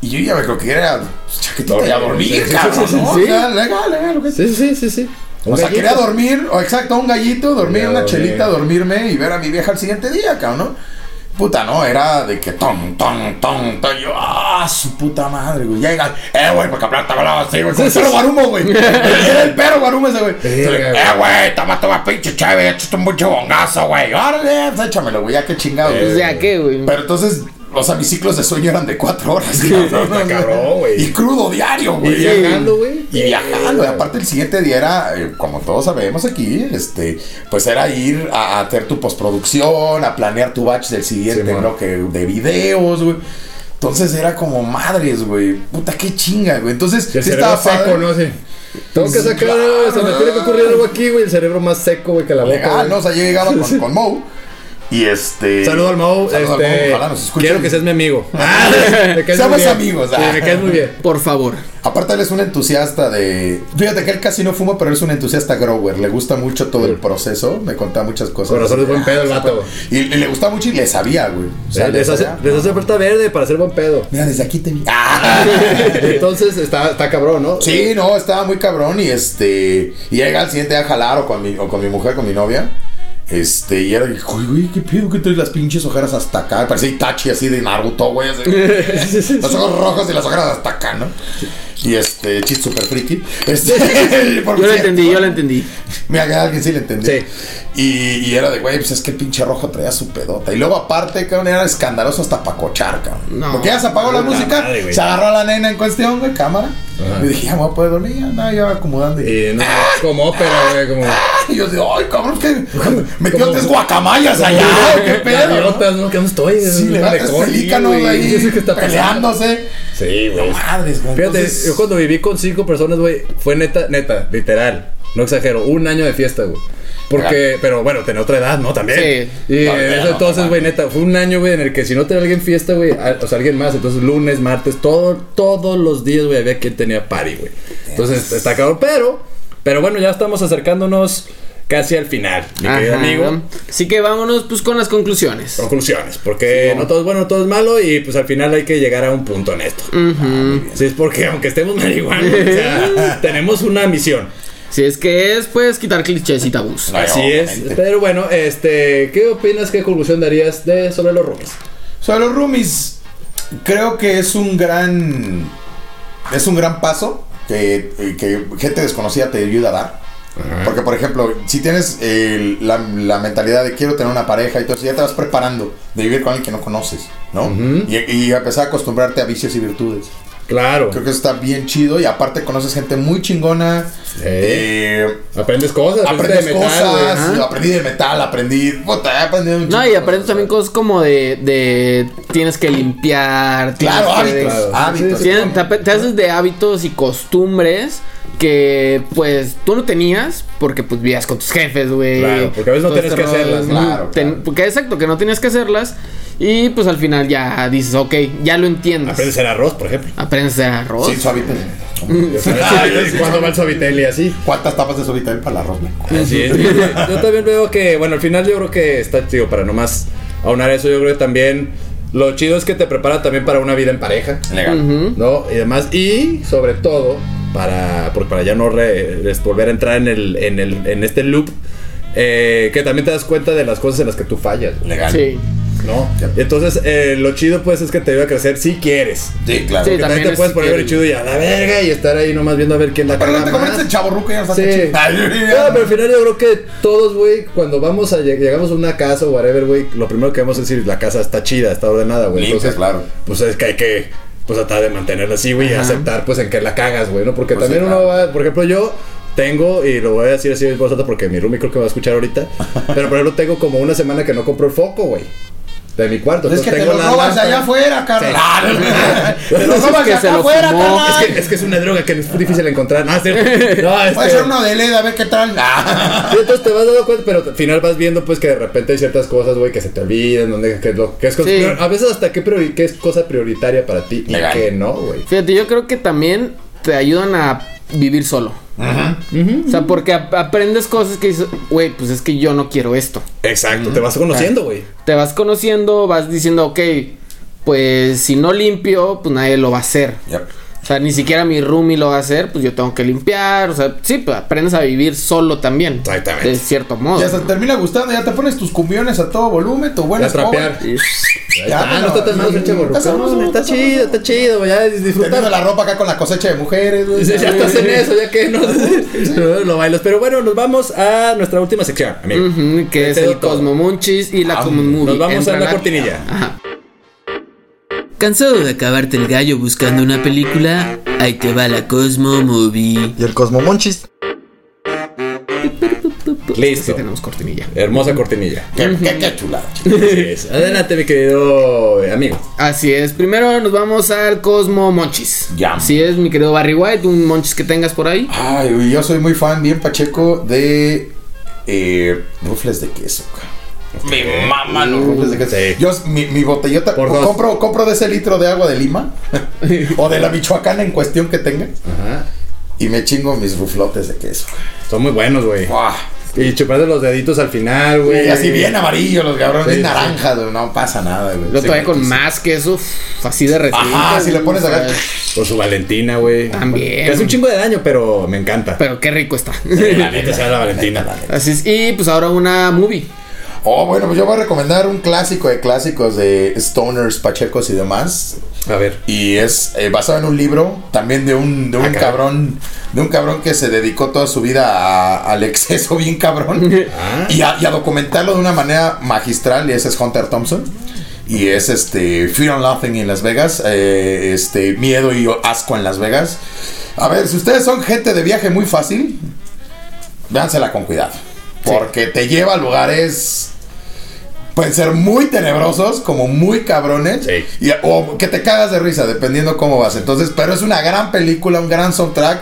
Y yo ya me creo que era chaquetita y a dormir, cabrón. ¿no? Sí. O sea, legal, legal, lo que Sí, sí, sí, sí. o gallito. sea, quería dormir, o exacto, un gallito, dormir Ya, una dormir. chelita, dormirme y ver a mi vieja al siguiente día, cabrón, ¿no? Puta, no, era de que ton, ton, ton, ton, yo, ah, su puta madre, güey. Ya llega, eh, güey, porque plata hablaba así, güey, con el perro guarumo, (laughs) güey. Era el perro guarumo ese, güey. Entonces, güey. Eh, güey, toma, toma, pinche chévere, esto es mucho bongazo, güey. Órale, pues, échamelo, güey, ya qué chingado. O sea, ¿qué, güey? Pero entonces, o sea, mis ciclos de sueño eran de cuatro horas, (laughs) cabrón. cabrón, güey. Y crudo diario, Y güey. viajando, güey. Eh, Y viajando, y Eh, aparte el siguiente día era, eh, como todos sabemos aquí, este, pues era ir a, a hacer tu postproducción, a planear tu batch del siguiente Simón. bloque de videos, güey. Entonces era como madres, güey. Puta, qué chinga, güey. Entonces, Y el sí cerebro padre. seco, ¿no? Sí. Tengo que Sí, sacar, claro. o sea, me tiene que ocurrir algo aquí, güey. El cerebro más seco, güey, que la boca. Legal, güey. ah, ¿no? O sea, (laughs) yo llegaba con, con Mo. Y este. Saludo al Mau. Saludo al este, Mau, ojalá nos escuche. Quiero que seas mi amigo. (laughs) (laughs) Me caes Seamos muy bien. amigos, Sí, ah. me caes muy bien. (laughs) Por favor. Aparte, él es un entusiasta de. Fíjate que él casi no fuma, pero él es un entusiasta grower. Le gusta mucho todo el proceso. Me contaba muchas cosas. Ah, Corazón de buen pedo el vato. güey. Y, y le gustaba mucho y le sabía, güey. O sea, Eh, le les, hace, sabía. les hace falta verde para hacer buen (laughs) pedo. Mira, desde aquí te vi. (laughs) ¡Ah! Entonces está, está cabrón, ¿no? (laughs) Sí, no, estaba muy cabrón y este. Y llega al siguiente día a jalar o con mi, o con mi mujer, con mi novia. Este, y era, de, "Uy, güey, qué pedo que traes las pinches ojeras hasta acá. Parecía Itachi así de Naruto, (laughs) güey. así. Los ojos rojos y las ojeras hasta acá, ¿no? Y este, chiste super friki. Este, (laughs) por Yo lo cierto. entendí, yo lo entendí. Mira, que alguien sí le entendió. Sí. Y, y era de, güey, pues es que el pinche rojo traía su pedota. Y luego, aparte, cabrón, era escandaloso hasta pa' cochar, cabrón. No. Porque ya se apagó la Puta música, madre, güey. se agarró a la nena en cuestión, güey, cámara. Y dije, ya me voy a poder dormir, ya andaba yo acomodando. Y, ¡Ah! Y no, como ópera, güey, como. y yo digo, ay, cabrón, que metió Como- tres guacamayas allá, qué pedo. ¿no? Gaviotas, ¿no? Que no estoy. Sí, le da tres pelícanos ahí, Eso que está pasando. peleándose. Sí, No güey. madres, güey. Fíjate, entonces- yo cuando viví con cinco personas, güey, fue neta, neta, literal. No exagero, un año de fiesta, güey. Porque, pero bueno, tenía otra edad, ¿no? También. Sí. Y eh, También, eso no, entonces, güey, neta, fue un año, güey, en el que si no tenía alguien fiesta, güey, a- o sea, alguien más, entonces lunes, martes, todo, todos los días, güey, había quien tenía party, güey. Entonces, está cabrón, pero, pero bueno, ya estamos acercándonos casi al final, mi querido Ajá. amigo. Así que vámonos pues con las conclusiones. Conclusiones, porque no todo es bueno, no todo es malo y pues al final hay que llegar a un punto Ah, en esto. Sí, es porque aunque estemos (laughs) marihuanos, o sea, (laughs) tenemos una misión. Si es que es, pues quitar clichés y tabús. Claro, Así es. obviamente. Pero bueno, este, ¿qué opinas, qué conclusión darías de sobre los roomies? Sobre los roomies, creo que es un gran. Es un gran paso que, eh, que gente desconocida te ayuda a dar. Porque, por ejemplo, si tienes eh, la, la mentalidad de quiero tener una pareja y todo eso, ya te vas preparando de vivir con alguien que no conoces, ¿no? y, y empezar a acostumbrarte a vicios y virtudes. Claro, Creo que eso está bien chido y aparte conoces gente muy chingona. eh, aprendes cosas, aprendes de cosas, güey. Ajá. aprendí de metal, aprendí. Puta, he aprendido un No, chingo y de aprendes cosas. también cosas como de, de tienes que limpiar. tienes Claro, que- hábitos, Claro. hábitos. Tienes- te, te haces de hábitos y costumbres que pues tú no tenías porque pues vivías con tus jefes, güey. Claro, porque a veces no Todo tenías este que rollo. hacerlas, Ujú, claro, ten- claro. Porque exacto, que no tenías que hacerlas y pues al final ya dices, ok, ya lo entiendes. Aprendes el arroz, por (laughs) ejemplo. Aprendes de arroz. Sí, suavitel. Cuando va el suavitel y así. ¿Cuántas tapas de suavitel para el arroz blanco? Así es. Yo también veo que, bueno, al final yo creo que está chido para nomás aunar eso. Yo creo que también lo chido es que te prepara también para una vida en pareja, Legal. ¿no? Y demás. Y sobre todo, para, por- para ya no re- es volver a entrar en, el, en, el, en este loop, eh, que también te das cuenta de las cosas en las que tú fallas, Legal. Sí. ¿no? Entonces, eh, lo chido pues es que te ayuda a crecer si quieres. Sí, claro. Sí, Porque también, También te puedes es poner que- bien chido y a la verga y estar ahí nomás viendo a ver quién la Pero no caga te más. conviertes en chaborruco y ya no Sí. estás No, Ah, pero al final yo creo que todos, güey, cuando vamos a lleg- llegamos a una casa o whatever, güey, lo primero que vamos a decir, la casa está chida, está ordenada, güey. Limpia, claro. Pues es que hay que pues tratar de mantenerla así, güey, y aceptar pues en que la cagas, güey, ¿no? Porque Pues sí, también uno va, por ejemplo, yo Tengo, y lo voy a decir así en voz alta porque mi roomie creo que me va a escuchar (laughs) ahorita. pero por ejemplo, tengo como una semana que no compro el foco, güey. De mi cuarto. Es que te pues, tengo lo la robas lámpara. allá (laughs) afuera, carnal. Ah, Te lo Es (laughs) robas que de se acá lo afuera, fumó. carnal. Pues, Es que, es que es una droga que es difícil encontrar. No, es cierto. No, este- Ah. Puede ser uno de LED, a ver qué tal. (laughs) Sí, entonces te vas dando cuenta, pero al final vas viendo pues que de repente hay ciertas cosas, güey, que se te olvidan, donde que es lo que es cosa Sí. prior- a veces hasta qué, priori- qué es cosa prioritaria para ti y Legal. qué no, güey. Fíjate, yo creo que también te ayudan a vivir solo. O sea, porque ap- aprendes cosas que dices, güey, pues es que yo no quiero esto. Exacto, te vas conociendo, güey. Te vas conociendo, vas diciendo, ok, pues si no limpio, pues nadie lo va a hacer. Yep. O sea, ni siquiera mi roomie lo va a hacer, pues yo tengo que limpiar. O sea, sí, pues aprendes a vivir solo también. Exactamente. De cierto modo. Ya se termina gustando, ya te pones tus cumbiones a todo volumen, tu buena Ya trapear. escoba. Ahí Pues, Ya, está, bueno, no está tan mal, pinche está sabroso, borrucón, Está está sabroso. chido, está chido, güey, ya Teniendo disfrutar. la ropa acá con la cosecha de mujeres, güey. Ya estás en eso, ya que no, (laughs) no lo bailas. Pero bueno, nos vamos a nuestra última sección, amigo. Mm, Ujú, que Te es cedo el todo. Cosmo Munchies y la Common Movie. Ah, Nos vamos a Entra la cortinilla. Ajá. ¿Cansado de acabarte el gallo buscando una película? Ahí te va la Cosmo Movie. Y el Cosmomonchis. Sí pues, este Listo. tenemos cortinilla. Hermosa cortinilla. (laughs) Qué, qué, qué chulada. Así es. Adelante, mi querido eh, amigo. Así es, primero nos vamos al Cosmo Monchis. Ya. Así es, mi querido Barry White, un Monchis que tengas por Ah, ahí. Ay, güey, yo soy muy fan, bien pacheco, de eh, rufles de queso, cabrón. Me maman los rufles de queso. Sí. Yo, mi, mi botellota, Por dos. compro, compro de ese litro de agua de (laughs) Lima o de la Michoacana en cuestión que tengas Ajá. y me chingo mis ruflotes de queso. Son muy buenos, güey. ¡Guau! Y chuparte los deditos al final, güey. Y así bien amarillo los cabrones, Sí, naranja, güey, no pasa nada, güey. Lo Sí, trae con sí. más queso, uf, así de recién. Ajá, si le pones acá. Con su Valentina, güey. También. Que hace un chingo de daño, pero me encanta. Pero qué rico está. (laughs) La neta sea la Valentina. Así es, y pues ahora una movie. Oh, bueno, pues yo voy a recomendar un clásico de clásicos de Stoners, Pachecos y demás. A ver. Y es eh, basado en un libro también de un, de un Ah, caray. cabrón, de un cabrón que se dedicó toda su vida a- al exceso (laughs) bien cabrón Ah. y, a, y a documentarlo de una manera magistral y ese es Hunter Thompson. Y es este Fear and Nothing en Las Vegas, eh, este Miedo y Asco en Las Vegas. A ver, si ustedes son gente de viaje muy fácil, dánsela con cuidado. Porque te lleva a lugares. Pueden ser muy tenebrosos, como muy cabrones. Sí. y- o que te cagas de risa, dependiendo cómo vas. Entonces, pero es una gran película, un gran soundtrack.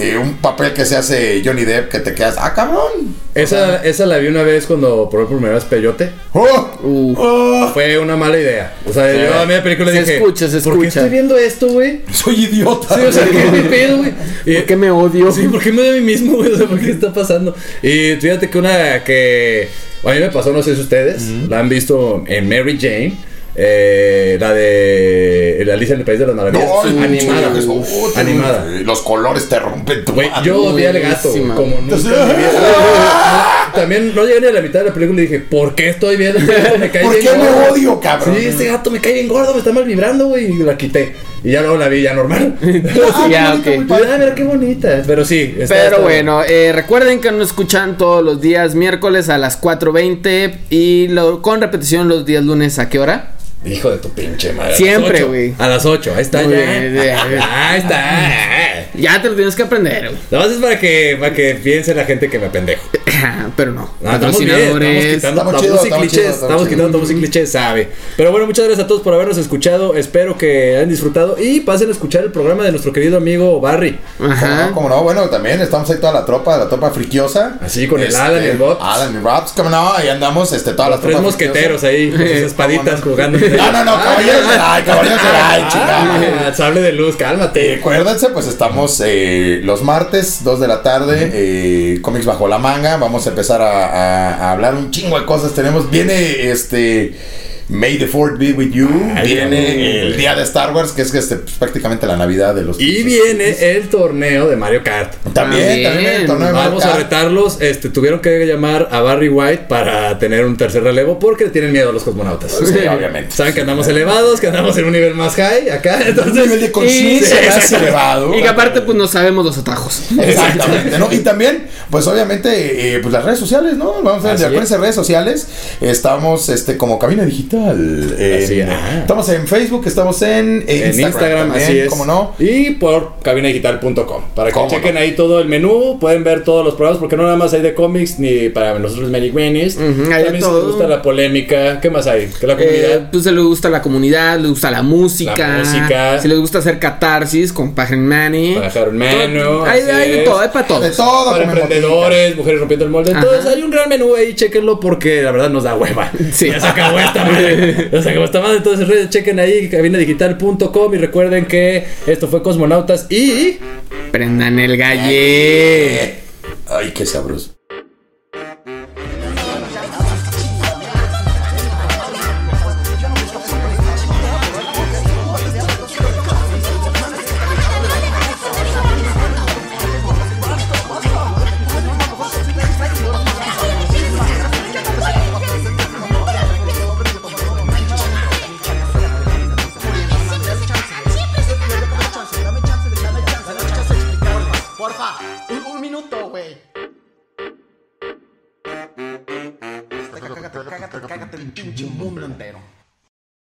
eh, un papel que se hace Johnny Depp, que te quedas. ¡Ah, cabrón! Esa, esa la vi una vez cuando probé por primera vez Peyote. ¡Oh! Uf. ¡Oh! Fue una mala idea. O sea, yo a media película Se dije. escucha, se ¿Por qué escucha. estoy viendo esto, güey? ¡Soy idiota! Sí, o (laughs) (laughs) sea, ¿qué es mi pedo, güey? Y- ¿Por qué me odio? Sí, ¿por qué me odio a mí mismo, güey? O sea, ¿por qué está pasando? Y fíjate que una que a mí me pasó, no sé si ustedes la han visto en Mary Jane, eh, la de La Alicia en el País de las Maravillas, ¡Ay, oh, animada, chingada, güey. eso! animada. Los colores te rompen tu Güey, madre. yo odié al gato, güey, Buenísima. como nunca. en mi vida. También no llegué ni a la mitad de la película y dije, ¿por qué estoy viendo este gato? Me cae ¿Por bien qué me gordo. odio, cabrón? Sí, este gato me cae bien gordo, me está mal vibrando, güey, y la quité. Y ya luego la vi ya (laughs) normal. ya, bonito, ok. güey. Ah, mira qué bonita. Pero sí, está- Pero está- bueno, eh, recuerden que nos escuchan todos los días miércoles a las 4.20 y lo- con repetición los días lunes a qué hora? Hijo de tu pinche madre. Siempre, A las ocho. A las 8, güey. ahí está Muy bien, bien. ya. (laughs) Ahí está. Ya te lo tienes que aprender, güey. Nada más es para que, para que piense la gente que me pendejo. Pero no. Ah, estamos bien, estamos Patrocinadores. quitando Estamos tabús chido, y estamos clichés, chido, estamos, estamos chido. quitando tabús y clichés, sabe. Pero bueno, muchas gracias a todos por habernos escuchado, espero que hayan disfrutado y pasen a escuchar el programa de nuestro querido amigo Barry. Pues, ¿Cómo Ajá. no? ¿Cómo no? Bueno, también estamos ahí toda la tropa, la tropa friquiosa. Así, con el Alan y el Bob. Alan y el Bob, ¿cómo no? Ahí andamos, este, toda Los la tres tropa mosqueteros ahí, con sus (laughs) espaditas jugando. No, no, no, caballeros ay, caballeros ay, chingada. Ah, sable de luz, cálmate. Acuérdense, pues estamos eh, los martes, 2 de la tarde, eh, cómics bajo la manga. Vamos a empezar a, a- a hablar un chingo de cosas. Tenemos, viene este. May the Fourth be with you. Ay, viene cabrón. el día de Star Wars, que es este, pues, prácticamente la Navidad de los. Y viene el torneo de Mario Kart. También, también viene el torneo de Vamos Mario a Kart. retarlos. Este, tuvieron que llamar a Barry White para tener un tercer relevo porque le tienen miedo a los cosmonautas. Sí, obviamente. Saben que andamos elevados, que andamos en un nivel más high acá. Un nivel Entonces, de conciencia Sí, más elevado. Y que aparte, pues no sabemos los atajos. Exactamente, ¿no? Y también, pues obviamente, eh, pues las redes sociales, ¿no? Vamos a ver, Así acuérdense, redes sociales. Estamos este como Cabina Digital Digital. En- Así, ajá. estamos en Facebook, estamos en, eh, En Instagram, también, así es. ¿Cómo no? Y por cabinadigital.com. Para que ¿Cómo chequen ahí todo el menú, pueden ver todos los programas, porque no nada más hay de cómics ni para nosotros Manic Minis. hay de También si todo. les gusta la polémica, ¿qué más hay? Que la Eh, comunidad. pues se le gusta la comunidad, le gusta la música. La música. Si les gusta hacer catarsis con Pajen Manny. Pájaro en mano, Eh, Todo- Hay, así hay de es. todo, hay para todos. De todo, para como en emprendedores, mujeres rompiendo el molde. Entonces hay un gran menú ahí, chequenlo porque la verdad nos da hueva. Sí. Ya se acabó esta (laughs) madre. Ya se acabó esta madre. Entonces redes, chequen ahí cabinadigital.com y recuerden que esto fue Cosmonautas y... eh, Prendan el galle. Ay, qué sabroso. Porfa, un, un minuto, güey. Cágate, cágate, cágate, cágate el pinche mundo entero.